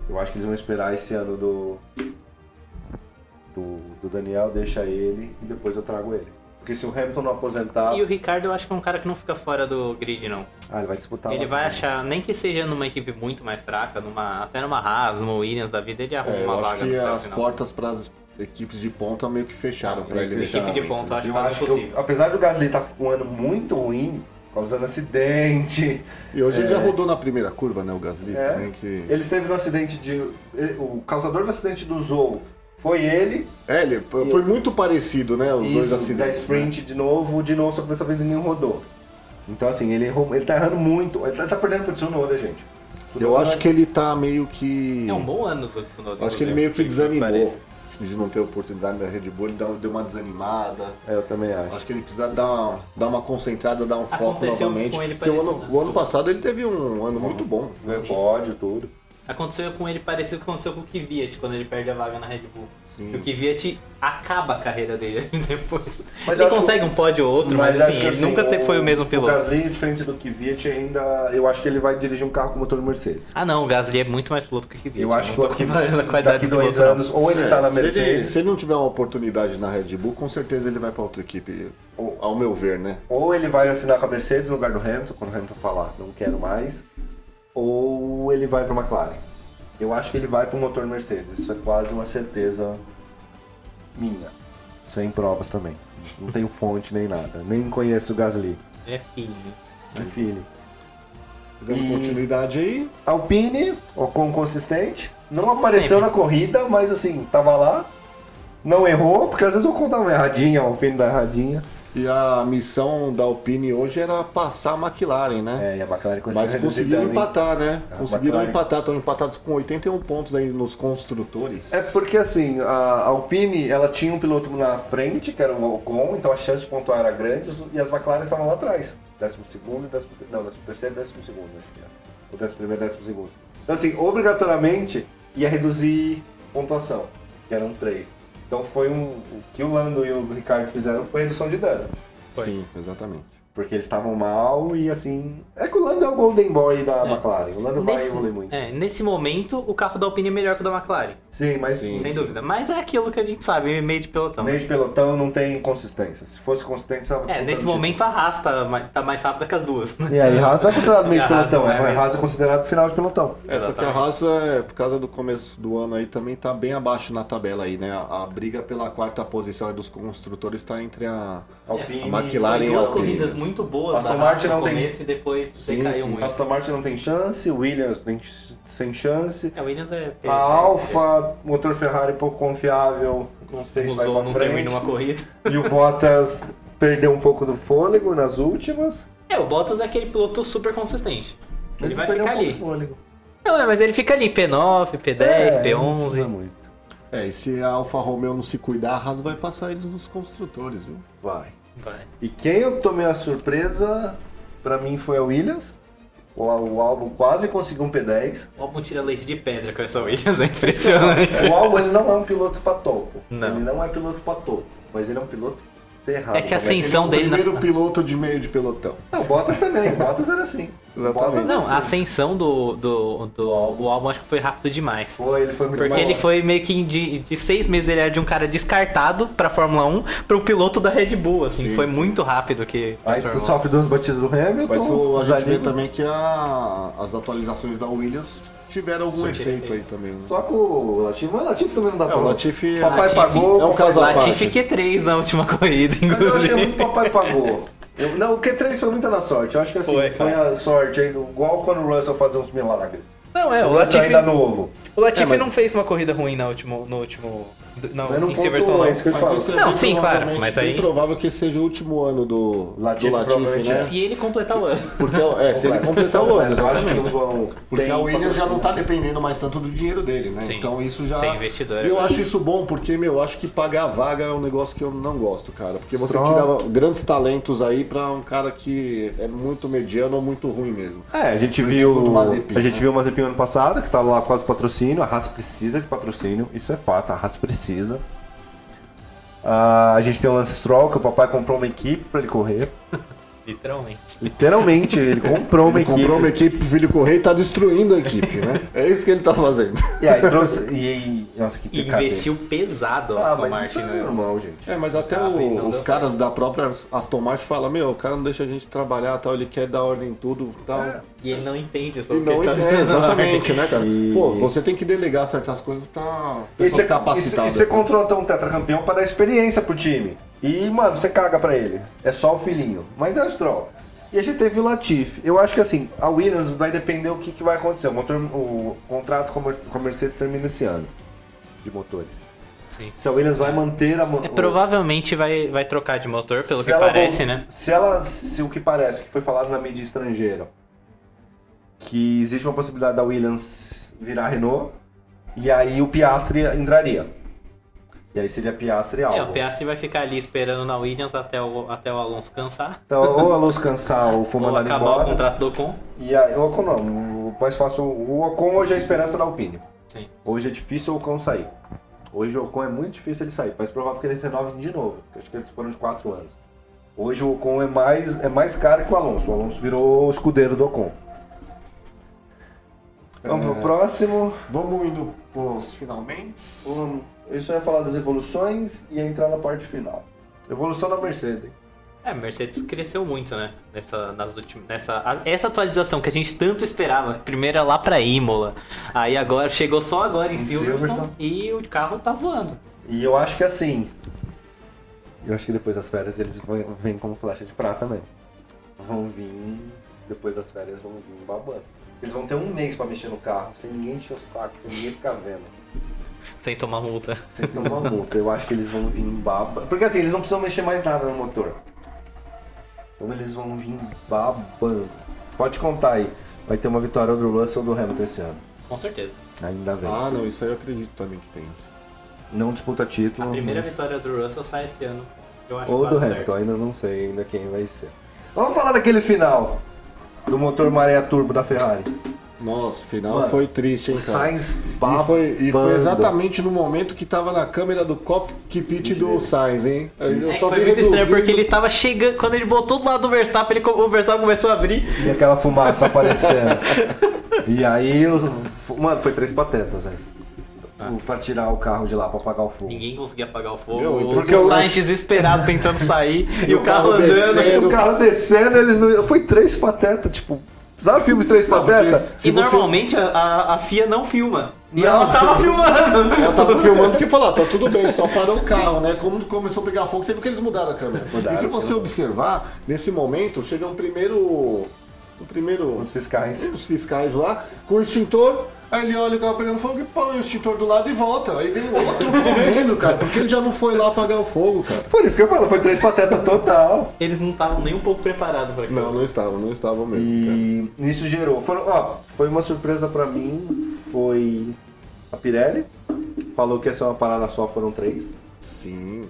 Eu acho que eles vão esperar esse ano do. do, do Daniel, deixa ele e depois eu trago ele. Porque se o Hamilton não aposentar.
E o Ricardo, eu acho que é um cara que não fica fora do grid, não.
Ah, ele vai disputar.
ele
lá
vai
também.
achar, nem que seja numa equipe muito mais fraca, numa, até numa Haas, numa Williams da vida, ele arruma
É, eu
uma
acho
vaga
que
no
as
final.
portas pras equipes de ponta meio que fecharam pra ele nesse
equipe de
momento,
ponta,
né?
acho
Eu
quase
acho que,
impossível.
eu- apesar do Gasly estar um ano muito ruim, causando acidente.
E hoje ele já rodou na primeira curva, né, o Gasly
É.
também, que...
Ele esteve no acidente de. O causador do acidente do Zou foi ele,
É, ele foi muito parecido, né, os dois
Isso, da
acidentes. né?
sprint de novo, de novo, só que dessa vez ninguém rodou. Então, assim, ele, errou, ele tá errando muito. Ele tá, tá perdendo pro Tsunoda, gente.
Eu acho que ele tá meio que...
É um bom ano do Tsunoda.
Acho que ele
inclusive,
meio que
por incrível
desanimou
pareça.
de não ter oportunidade na Red Bull, ele dá- deu uma desanimada.
É, eu também acho.
Acho que ele precisa dar uma, dar uma concentrada, dar um foco
Aconteceu
novamente.
com ele
Porque o
parecido,
ano,
né?
o ano passado ele teve um ano muito bom.
Ganhou pódio, tudo.
Aconteceu com ele parecido com o que aconteceu com o Kvyat quando ele perde a vaga na Red Bull.
Sim.
E O Kvyat acaba a carreira dele depois.
Mas
ele
eu acho-
consegue um pódio ou outro, mas,
acho
assim,
que,
ele
assim,
nunca te- foi o mesmo piloto.
O Gasly, diferente do Kvyat, ainda... Eu acho que ele vai dirigir um carro com motor Mercedes.
Ah não, o Gasly é muito mais piloto que o Kvyat.
Eu acho que
não tô comparando a qualidade
daqui
do
dois
piloto, não.
anos, ou ele tá na
É, se ele-
Mercedes,
Se ele não tiver uma oportunidade na Red Bull, com certeza ele vai pra outra equipe,
Ou-
ao meu ver, né?
ou ele vai assinar com a Mercedes no lugar do Hamilton, quando o Hamilton falar, não quero mais, ou ele vai para McLaren. Eu acho que ele vai para o motor Mercedes, isso é quase uma certeza minha. Sem provas também. Não tenho fonte nem nada. Nem conheço o Gasly.
Ele é filho.
É filho.
Dando
E-
continuidade aí,
Alpine, Ocon consistente. Não apareceu na corrida, mas assim, tava lá. Não errou, porque às vezes o Ocon dá uma erradinha, a Alpine dá erradinha.
e a missão da Alpine hoje era passar a McLaren, né?
É, e a McLaren conseguiu
Mas
reduzir
conseguiram
dano, hein?
empatar, né?
A
conseguiram
É, McLaren.
empatar, estão empatados com 81 pontos aí nos construtores.
É porque assim, a Alpine ela tinha um piloto na frente, que era o Ocon, então a chance de pontuar era grande, e as McLaren estavam lá atrás. Décimo segundo, décimo terceiro, não, décimo terceiro, décimo segundo, acho que era. O décimo primeiro, décimo segundo. Então assim, obrigatoriamente ia reduzir pontuação, que eram três. Então foi um. O que o Lando e o Ricardo fizeram foi redução de dano.
Foi.
Sim, exatamente.
Porque eles estavam mal e assim. É que o Lando é o Golden Boy da McLaren. O Lando vai evoluir muito.
é, nesse momento, o carro da Alpine é melhor que o da McLaren,
Sim, mas
Sim.
sem dúvida. Mas é aquilo que a gente sabe, meio de pelotão.
meio de pelotão não tem consistência. Se fosse consistente, tava
Então. É,
disputando
nesse
o título.
momento a Haas tá, ma- tá mais rápida que as duas, né?
E aí, Haas não é considerado meio de
A Haas
pelotão,
não é
é, mas
mesmo.
Haas é considerado final de pelotão.
É, só que a Haas, é, por causa do começo do ano aí, também tá bem abaixo na tabela aí, né? A, a briga pela quarta posição aí dos construtores tá entre a...
Alpine, né?
A McLaren- é Claro,
Foi
hein,
duas
Alpine,
corridas
mas-
muito boas
Aston
da Haas
Martin
no
não tem-
começo e depois
Sim,
decaiu
sim.
muito.
Aston Martin não tem chance, Williams nem, sem chance.
É, A Williams é...
A Alfa, motor Ferrari pouco confiável, não sei se vai
Usou,
pra
não
frente.
termina uma corrida.
E o Bottas perdeu um pouco do fôlego nas últimas.
É, o Bottas é aquele piloto super consistente. Ele vai
perdeu
ficar
um pouco
ali.
do fôlego.
Não, é, mas ele fica ali, P9, P10,
É, não precisa
P11.
muito.
É, e se a Alfa Romeo não se cuidar, a Haas vai passar eles nos construtores, viu?
Vai.
Vai.
E quem eu tomei a surpresa, pra mim, foi a Williams. O, o álbum quase conseguiu um P10.
O álbum tira leite de pedra com essa Williams, é impressionante.
O álbum ele não é um piloto pra topo.
Não.
Ele não é piloto pra topo, mas ele é um piloto ferrado.
É que a
Ele
ascensão
O
dele... na-
primeiro piloto de meio de pelotão.
Não, Bottas também. Bottas era assim.
Exatamente.
Bottas
Não, a
assim.
ascensão do, do, do o álbum acho que foi rápido demais.
Foi, ele foi muito
Porque
mal.
ele foi meio que de, de seis meses ele era de um cara descartado pra Fórmula 1 pra um piloto da Red Bull, assim.
Sim,
foi
sim.
muito rápido que.
Aí tu sofre duas batidas do
Tá
Hamilton.
Mas o, a gente vê
desanima.
também que a- as atualizações da Williams tiveram algum
Sim,
efeito
efeito.
aí também. né?
Só que o Latifi, mas o Latifi também não dá
É,
pra.
o Latifi-
Papai
Latifi
pagou.
é um
papai-
caso à parte.
Latifi Q3 na última corrida,
Mas eu achei
inclusive.
muito papai pagou. Eu- não, o Q3 foi muita na sorte. Eu acho que assim,
Foi,
foi,
cara.
a sorte. hein? Igual quando o Russell fazia uns milagres.
Não, é, o
o Russell
Latifi,
ainda novo.
o Latifi
É, mas-
não fez uma corrida ruim na último, no último. Não,
Mas não
em
pontuou, é
Silverstone.
isso que eu te falo.
esse é
Não,
bem
sim, claro,
provavelmente-
mas aí-
bem provável que seja o último ano do
Latifi,
do Latifi
provavelmente,
né?
é.
Se ele completar o ano.
Porque, é, se ele completar o ano,
Eu acho que
exatamente.
eles vão.
Porque
tem
a Williams já não tá
patrocínio.
dependendo mais tanto do dinheiro dele, né?
Sim.
Então isso já.
Tem investidor,
Eu
é.
acho isso bom, porque, meu, eu acho que pagar vaga é um negócio que eu não gosto, cara. Porque você
Só-
tirava grandes talentos aí pra um cara que é muito mediano ou muito ruim mesmo.
É, a gente
Por exemplo, do
viu.
Mazepin,
a gente
né?
viu o Mazepin ano passado, que tava lá quase patrocínio. A Haas precisa de patrocínio, isso é fato, a Haas precisa. Ah, a gente tem o Lance Stroll, que o papai comprou uma equipe pra ele correr.
Literalmente.
Literalmente, ele comprou uma
Ele
equipe.
comprou uma equipe pro filho correr e tá destruindo a equipe, né? É isso que ele tá fazendo.
E aí trouxe. E, e, nossa, que
E
pecado.
investiu pesado a
Ah,
Aston
mas
Martin,
isso é
né?
normal, gente.
É, mas até
Ah,
o-
então
os
deu
caras da própria Aston Martin falam, meu, o cara não deixa a gente trabalhar, tal, ele quer dar ordem em tudo, tal.
E ele não entende
E
sobre
não
ele tá
entende,
dando na ordem.
exatamente, né, cara?
E-
Pô, você tem que delegar certas coisas pra
E
pessoas
você,
capacitadas.
e você contrata um tetracampeão pra dar experiência pro time. E, mano, você caga pra ele. É só o filhinho. Mas é o Stroll. E a gente teve o Latif. Eu acho que assim, a Williams vai depender do que, que vai acontecer. O, motor- o contrato com a Mer- com a Mercedes termina esse ano. De motores.
Sim.
Se a Williams vai manter a mo-
É,
o-
provavelmente vai, vai trocar de motor, pelo
se
que
ela
parece,
vol-
né?
Se ela. Se o que parece, que foi falado na mídia estrangeira, que existe uma possibilidade da Williams virar Renault, e aí o Piastri entraria. E aí seria Piastri e Albon.
É, o Piastri vai ficar ali esperando na Williams até o, até o Alonso cansar.
Então, ou o Alonso cansar ou for
Ou
mandado
acabar
embora.
o contrato do Ocon.
E aí, o Ocon não. O mais fácil. O Ocon hoje é a esperança da Alpine.
Sim.
Hoje é difícil o Ocon sair. Hoje o Ocon é muito difícil ele sair, mas provável que eles renovem de novo. porque Acho que eles foram de 4 anos. Hoje o Ocon é mais, é mais caro que o Alonso. O Alonso virou o escudeiro do Ocon. Vamos pro próximo.
Vamos indo pros finalmente.
Um, eu só ia falar das evoluções e ia entrar na parte final. Evolução da Mercedes.
É, a Mercedes cresceu muito, né? Nessa, nas últimas, nessa, a- essa atualização que a gente tanto esperava. Primeiro era lá pra Imola. Aí agora chegou só agora em,
Em
Silverstone,
Silverstone.
e o carro tá voando.
E eu acho que assim. Eu acho que depois das férias eles vão- vêm como flecha de prata mesmo. Vão vir. Depois das férias vão vir babando. Eles vão ter um mês pra mexer no carro, sem ninguém encher o saco, sem ninguém ficar vendo.
Sem tomar multa.
Sem tomar multa. Eu acho que eles vão vir em baba. Porque assim, eles não precisam mexer mais nada no motor. Então eles vão vir babando. Pode contar aí. Vai ter uma vitória do Russell ou do Hamilton esse ano.
Com certeza.
Ainda bem.
Ah, não, isso aí eu acredito também que tem isso.
Não disputa
A
título.
primeira
mas-
vitória do Russell sai esse ano. Eu acho
Ou do
quase
Hamilton,
certo.
ainda não sei ainda quem vai ser. Vamos falar daquele final do motor maré turbo da Ferrari.
Nossa, o final
Mano,
foi triste, hein,
O
cara?
Sainz
E foi, e foi
babando.
exatamente no momento que tava na câmera do cockpit do Sainz, hein? Eu
É que
só
foi
vi
muito estranho,
reduzido.
porque ele tava chegando. Quando ele botou do lado do Verstappen, ele, co- o Verstappen começou a abrir.
E aquela fumaça aparecendo. e aí, eu... mano, foi três patetas, velho. O- Pra tirar o carro de lá, pra apagar o fogo.
Ah. Ninguém conseguia apagar o fogo.
Meu, e por que
o
eu-
Sainz desesperado tentando sair. e,
E
o
o
carro,
carro
andando.
descendo.
O carro descendo, eles não... Foi três patetas, tipo... Sabe o filme Três
Não, porque
Patetas?
se
e
você-
normalmente a, a- a FIA não filma. E
Não.
ela tava filmando.
Ela tava filmando porque falou, ah, tá tudo bem, só parou o carro, né? Como começou a pegar fogo, você viu que eles mudaram a câmera.
Mudaram,
e se você
eu-
observar, nesse momento, chega um primeiro... Um primeiro...
Os fiscais.
Os fiscais lá, com o extintor, aí ele olha o carro pegando fogo e põe o extintor do lado e volta. Aí vem outro correndo, cara, porque ele já não foi lá apagar o fogo, cara.
Por isso que eu falo, foi três patetas total.
Eles não estavam nem um pouco preparados pra aquilo.
Não, não estava, não estava mesmo, cara.
E isso gerou. Foram, ó, foi uma surpresa pra mim. Foi a Pirelli. Falou que ia ser uma parada só, foram três.
Sim.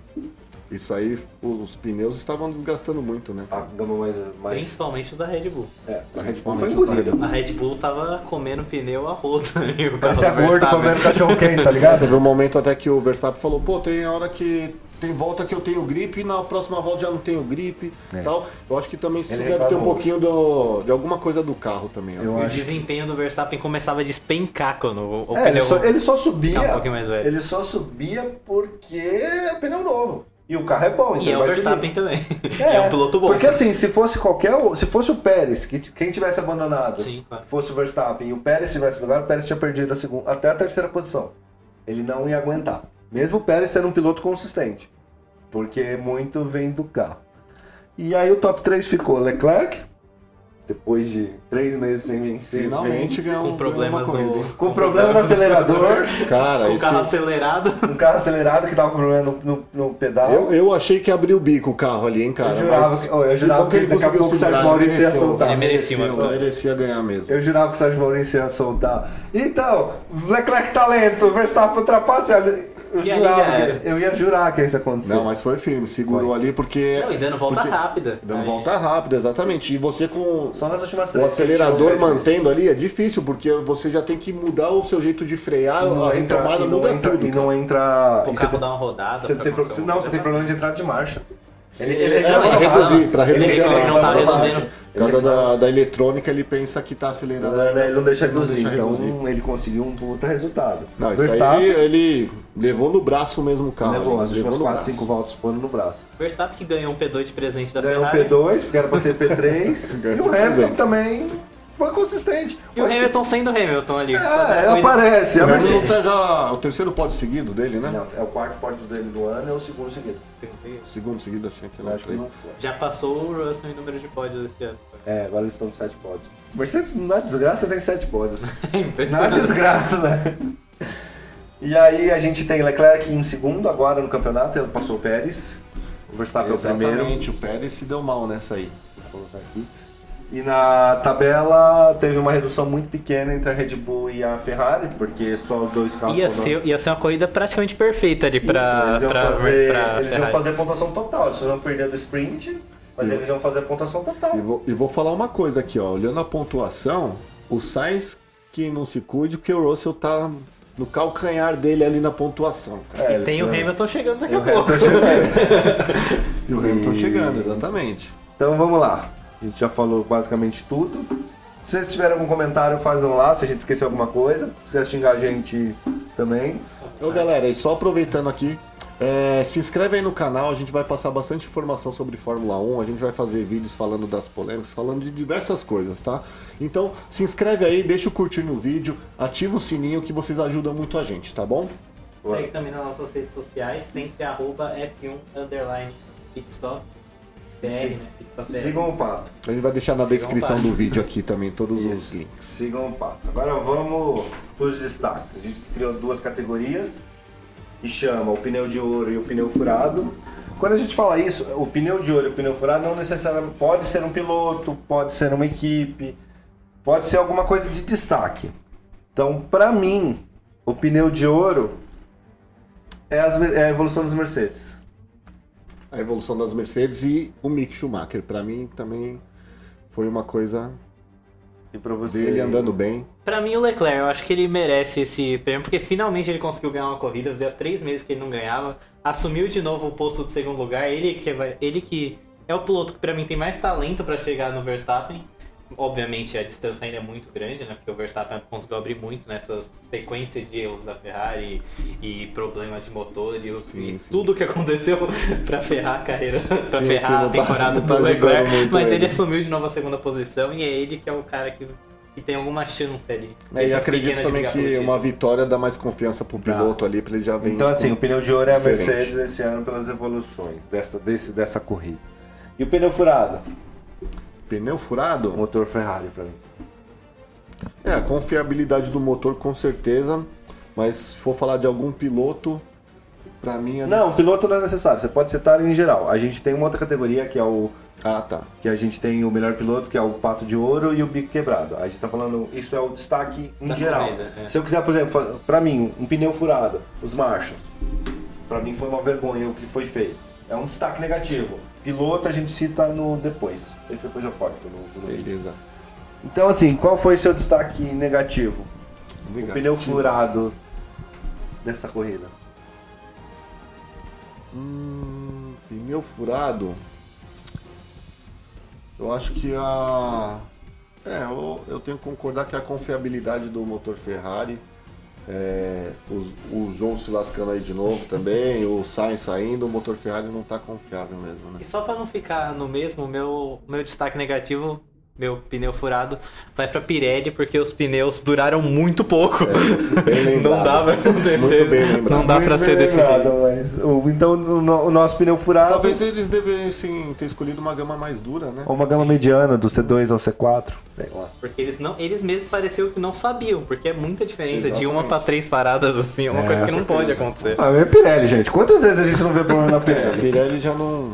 Isso aí, os pneus estavam desgastando muito, né?
A gama Tá, mais. mais
Principalmente os da Red Bull.
é,
Ah, Principalmente
foi
o Tyler.
engolida.
A Red Bull tava comendo pneu a roda. e o carro
Parecia
do
é gordo
Verstappen.
comendo cachorro quente, tá
Ah,
ligado?
teve um momento até que o Verstappen falou, pô, tem hora que tem volta que eu tenho gripe e na próxima volta já não tenho gripe e tal. Eu acho que também isso
Ele
deve ter um
reclamou.
pouquinho do- de alguma coisa do carro também. ó.
Eu
O
acho.
desempenho do Verstappen começava a despencar quando o, o
É, ele
pneu.
só, ele só
Tá um
subia.
pouquinho mais velho.
ele só subia porque é pneu novo. E o carro é bom, então
E é o
vai subir.
Verstappen também. É, um piloto bom.
Porque assim, se fosse qualquer. o- Se fosse o Pérez, que t- quem tivesse abandonado,
Sim, claro.
fosse o Verstappen e o Pérez tivesse no lugar, o Pérez tinha perdido a segunda, até a terceira posição. Ele não ia aguentar. Mesmo o Pérez sendo um piloto consistente. Porque muito vem do carro. E aí o top 3 ficou Leclerc, depois de três meses sem vencer.
Finalmente
vence.
ganhou
com
um-
problemas
ganhou uma
no.
corrida, hein?
Com um problema no acelerador,
Cara,
Com o
esse-
carro acelerado.
um carro acelerado que tava com problema no, no- no pedal.
eu, eu achei que abriu o bico o carro ali, hein, cara.
Eu jurava
mas
que- oh, eu jurava
bom
que daqui a
conseguiu
pouco o Sérgio
segurar,
Maurício ia
mereceu,
soltar.
Ele merecia,
mereceu,
mano.
merecia ganhar mesmo.
Eu jurava que o Sérgio Maurício ia soltar. Então, Leclerc talento, Verstappen ultrapassa. Eu,
E aí
jurava
já era.
que- eu ia jurar que isso aconteceu.
Não, mas foi firme, segurou ali
É.
porque...
Não, e dando volta né?
porque-
rápida.
Dando
Aí-
volta rápida, exatamente. E você com
Só nas últimas três.
O acelerador
Deixa eu ver disso.
mantendo ali é difícil, porque você já tem que mudar o seu jeito de frear, a
entra-
retomada
e não
muda
entra-
tudo.
E
cara.
não entra.
O
e
carro
você
dá uma rodada.
você
pra
tem pro-
acontecer
Não,
alguma
você tem
coisa.
problema de entrada de marcha.
é, pra
reclama.
reduzir, pra
Ele
reduzir a
reclama,
ele não tá
a rodagem.
reduzindo.
Por causa da, da eletrônica, ele pensa que tá acelerando.
Não, né, Ele não deixa
Ele não
reduzir,
deixa
então
reduzir.
ele conseguiu um puta resultado.
Não, isso aí ele, ele levou no braço mesmo o carro.
levou
ele
as últimas
no
4,
braço.
5 voltas foram no braço.
Verstappen que ganhou um P2 de presente da
Ganhou um
Ferrari.
P2, porque era pra ser P3. e
Ganhou
o Hamilton
P2.
também foi consistente.
E o
Oito-
Hamilton sendo o Hamilton ali.
É,
fazendo
ela
corrida.
aparece.
O
A
Hamilton
Mercedes.
tá já o terceiro pódio seguido dele, né?
Não, é o quarto pódio dele do ano, é o segundo seguido.
Segundo seguido, achei que
Eu
não.
acho que
Três.
não foi.
Já passou o Russell em número de pódios esse ano.
É, agora eles estão com sete pódios. Mercedes, na desgraça, tem sete pódios.
Impressionante.
na desgraça. E aí a gente tem Leclerc em segundo agora no campeonato, ele passou o Pérez. O Verstappen é o primeiro.
Exatamente, o Pérez se deu mal nessa aí.
Vou colocar aqui. E na tabela teve uma redução muito pequena entre a Red Bull e a Ferrari, porque só os dois carros.
Ia
foram-
ser, ia ser uma corrida praticamente perfeita ali pra,
Isso, eles iam
pra,
fazer,
pra
eles iam
Ferrari.
fazer pontuação total, eles iam perder do sprint, mas eles iam fazer pontuação total.
E vou, e vou falar uma coisa aqui, ó. Olhando a pontuação, o Sainz que não se cuide, porque o Russell tá no calcanhar dele ali na pontuação. cara.
É,
E tem o
eles iam-
Hamilton chegando daqui
E
a
o
pouco.
Hamilton É, chegando.
E o Hamilton
E-
chegando, exatamente.
Então vamos lá. A gente já falou basicamente tudo. Se vocês tiverem algum comentário, fazem lá, se a gente esqueceu alguma coisa. Se quiser xingar a gente também.
Ô galera, e só aproveitando aqui, é, se inscreve aí no canal, a gente vai passar bastante informação sobre Fórmula 1, a gente vai fazer vídeos falando das polêmicas, falando de diversas coisas, tá? Então se inscreve aí, deixa o curtir no vídeo, ativa o sininho que vocês ajudam muito a gente, tá bom?
Segue também nas nossas redes sociais, sempre arroba F1 underline pitstop. BR, né? Pitstop BR.
Sigam o pato.
A gente vai deixar na
Sigam
descrição
o Pato.
do vídeo aqui também todos os
Isso.
links.
Sigam o pato. Agora vamos para os destaques. A gente criou duas categorias e chama o pneu de ouro e o pneu furado. Quando a gente fala isso, o pneu de ouro e o pneu furado não necessariamente pode ser um piloto, pode ser uma equipe, pode ser alguma coisa de destaque. Então, para mim, o pneu de ouro é, as mer- é a evolução dos Mercedes.
a evolução das Mercedes e o Mick Schumacher. Pra mim também foi uma coisa
E pra você.
Dele andando bem.
Pra mim, o Leclerc, eu acho que ele merece esse prêmio, porque finalmente ele conseguiu ganhar uma corrida, fazia três meses que ele não ganhava, assumiu de novo o posto de segundo lugar, ele que, vai- ele que é o piloto que pra mim tem mais talento pra chegar no Verstappen. Obviamente a distância ainda é muito grande, né? Porque o Verstappen conseguiu abrir muito nessa sequência de erros da Ferrari e problemas de motor e, o-
Sim,
e
sim.
tudo que aconteceu pra ferrar a carreira, pra
Sim,
ferrar
sim,
a
não tá-
temporada
não tá
do
ajudando
Leclerc.
muito
Mas ele é
ele.
assumiu de novo a segunda posição e é ele que é o cara que que tem alguma chance ali.
É, e
Essa
acredito
pequena
também
de brigar
que
pelo
uma
título.
vitória dá mais confiança pro piloto ali, pra ele já vir.
Então, assim, o pneu de ouro é a
Diferente.
Mercedes esse ano pelas evoluções dessa, desse, dessa corrida. E o pneu furado?
Pneu furado?
Motor Ferrari pra mim.
É, a confiabilidade do motor com certeza, mas se for falar de algum piloto, pra mim é
Não, piloto não é necessário, você pode citar em geral. A gente tem uma outra categoria que é o
Ah, tá.
que a gente tem o melhor piloto, que é o Pato de Ouro e o Bico Quebrado. A gente tá falando, isso é o destaque em
Da
geral.
corrida, é.
Se eu quiser, por exemplo, fa- pra mim, um pneu furado, os marchas. Pra mim foi uma vergonha o que foi feito. É um destaque negativo. Piloto a gente cita no depois. Esse depois eu corto no, no vídeo.
Beleza.
Então assim, qual foi seu destaque negativo? O
Obrigado.
pneu furado dessa corrida.
Hum, pneu furado. Eu acho que a. É, eu, eu tenho que concordar que a confiabilidade do motor Ferrari. é, os- o João se lascando aí de novo também, o Sainz saindo, o motor Ferrari não tá confiável mesmo, né?
E só pra não ficar no mesmo, meu, meu destaque negativo, meu pneu furado, vai pra Pirelli, porque os pneus duraram muito pouco.
É, bem
não
lembrado.
dá pra acontecer.
Muito bem lembrado.
Não dá pra
Muito
ser
bem
desse
lembrado,
jeito.
mas o- então o, no- o nosso pneu furado.
Talvez eles devessem ter escolhido uma gama mais dura, né?
Ou uma gama mediana do C2 ao C4. Sei lá.
Porque eles não, eles mesmos pareciam que não sabiam, porque é muita diferença de uma
Exatamente.
pra três paradas, assim, é uma
É,
coisa que
com
não pode
certeza.
acontecer.
Ah, é Pirelli, gente. Quantas vezes a gente não vê problema na
É, a
Pirelli?
Pirelli já não.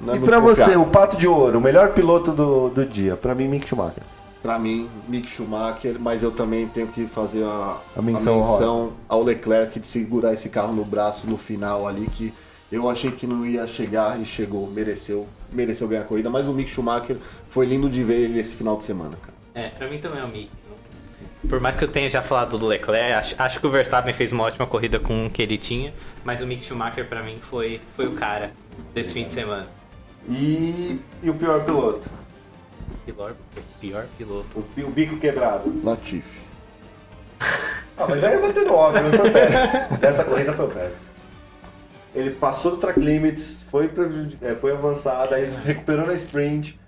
não é
e
muito
pra você,
confiável.
o Pato de Ouro, o melhor piloto do, do dia. Pra mim, Mick Schumacher.
Pra mim, Mick Schumacher, mas eu também tenho que fazer a,
A menção
ao Leclerc de segurar esse carro no braço no final ali, que eu achei que não ia chegar e chegou, mereceu, mereceu ganhar a corrida, mas o Mick Schumacher foi lindo de ver ele esse final de semana, cara.
É, pra mim também é o Mick. Por mais que eu tenha já falado do Leclerc, acho, acho que o Verstappen fez uma ótima corrida com o que ele tinha, mas o Mick Schumacher pra mim foi, foi o cara desse fim de semana.
E, e o pior piloto?
Pior, pior piloto.
O, pi- o bico quebrado.
Latifi.
Ah, mas aí eu botei no óbvio, não foi o Pérez. Dessa corrida foi o Pérez. Ele passou do track limits, foi, prejudi- eh, foi avançado, aí recuperou na sprint,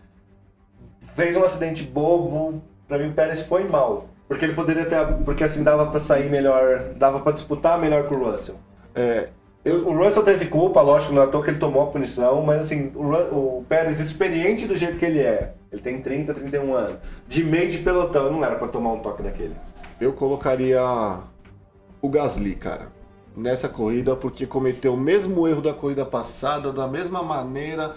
fez um acidente bobo. Pra mim, o Pérez foi mal. Porque ele poderia ter. Porque assim dava pra sair melhor, dava pra disputar melhor com o Russell.
É,
Eu- o Russell teve culpa, lógico, não é à toa que ele tomou a punição, mas assim, o, Ru- o Pérez, experiente do jeito que ele é, ele tem 30, 31 anos, de meio de pelotão, não era pra tomar um toque daquele.
eu colocaria o Gasly, cara, nessa corrida, porque cometeu o mesmo erro da corrida passada, da mesma maneira.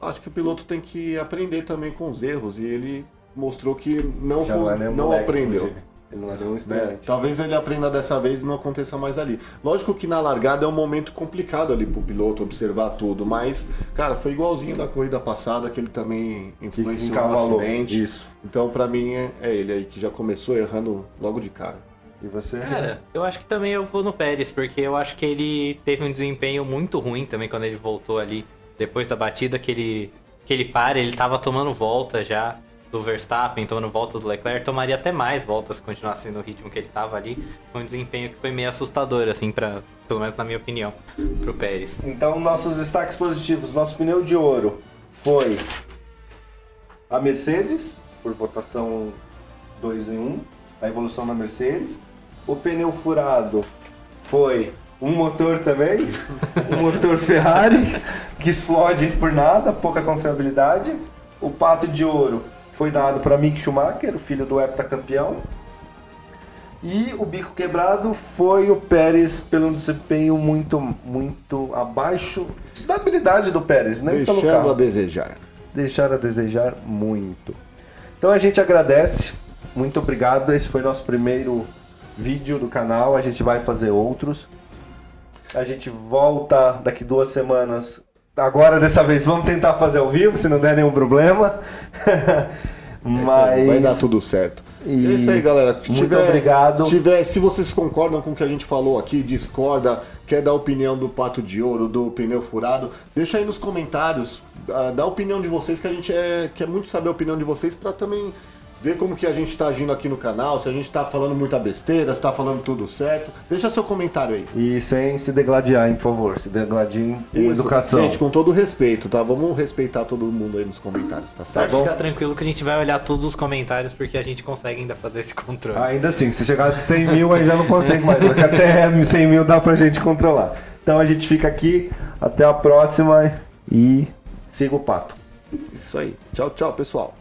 Acho que o piloto tem que aprender também com os erros, e ele mostrou que não,
Já
foi-
é nem um
não
moleque,
aprendeu.
inclusive. Ele não é nenhum
né?
estudante.
Talvez ele aprenda dessa vez e não aconteça mais ali. Lógico que na largada é um momento complicado ali pro piloto observar tudo, mas, cara, foi igualzinho da corrida passada, que ele também
Que
influenciou no
encavalou.
acidente.
Isso.
Então, pra mim, é, é ele aí que já começou errando logo de cara.
E você?
Cara, eu acho que também eu vou no Pérez, porque eu acho que ele teve um desempenho muito ruim também quando ele voltou ali. Depois da batida que ele, que ele para, ele tava tomando volta já do Verstappen, tomando volta do Leclerc, tomaria até mais voltas se continuasse no ritmo que ele tava ali. Foi um desempenho que foi meio assustador, assim, para pelo menos na minha opinião, pro Pérez.
Então, nossos destaques positivos, nosso pneu de ouro foi a Mercedes, por votação 2 em 1, a evolução da Mercedes. O pneu furado foi um motor também, um motor Ferrari, que explode por nada, pouca confiabilidade. O pato de ouro foi dado para Mick Schumacher, o filho do heptacampeão. E o bico quebrado foi o Pérez pelo desempenho muito, muito abaixo da habilidade do Pérez, né? pelo
Deixando
carro
a desejar.
deixar a desejar muito. Então a gente agradece, muito obrigado. Esse foi nosso primeiro vídeo do canal. A gente vai fazer outros. A gente volta daqui duas semanas. Agora, dessa vez, vamos tentar fazer ao vivo, se não der nenhum problema.
É isso aí,
Mas.
Vai dar tudo certo.
E-
É isso aí, galera. Se
Muito obrigado.
tiver- se vocês concordam com o que a gente falou aqui, discorda, quer dar opinião do pato de ouro, do pneu furado, deixa aí nos comentários, ah, dá a opinião de vocês, que a gente é- quer muito saber a opinião de vocês para também ver como que a gente tá agindo aqui no canal, se a gente tá falando muita besteira, se tá falando tudo certo. Deixa seu comentário aí.
E sem se degladiarem, por favor. Se degladiem com
Isso.
educação.
Gente, com todo respeito, tá? Vamos respeitar todo mundo aí nos comentários, tá certo?
Pode ficar tranquilo que a gente vai olhar todos os comentários porque a gente consegue ainda fazer esse controle.
Ainda assim, se chegar a 100 mil, aí já não consegue mais. Porque até 100 mil dá pra gente controlar. Então a gente fica aqui. Até a próxima. E siga o pato.
Isso aí. Tchau, tchau, pessoal.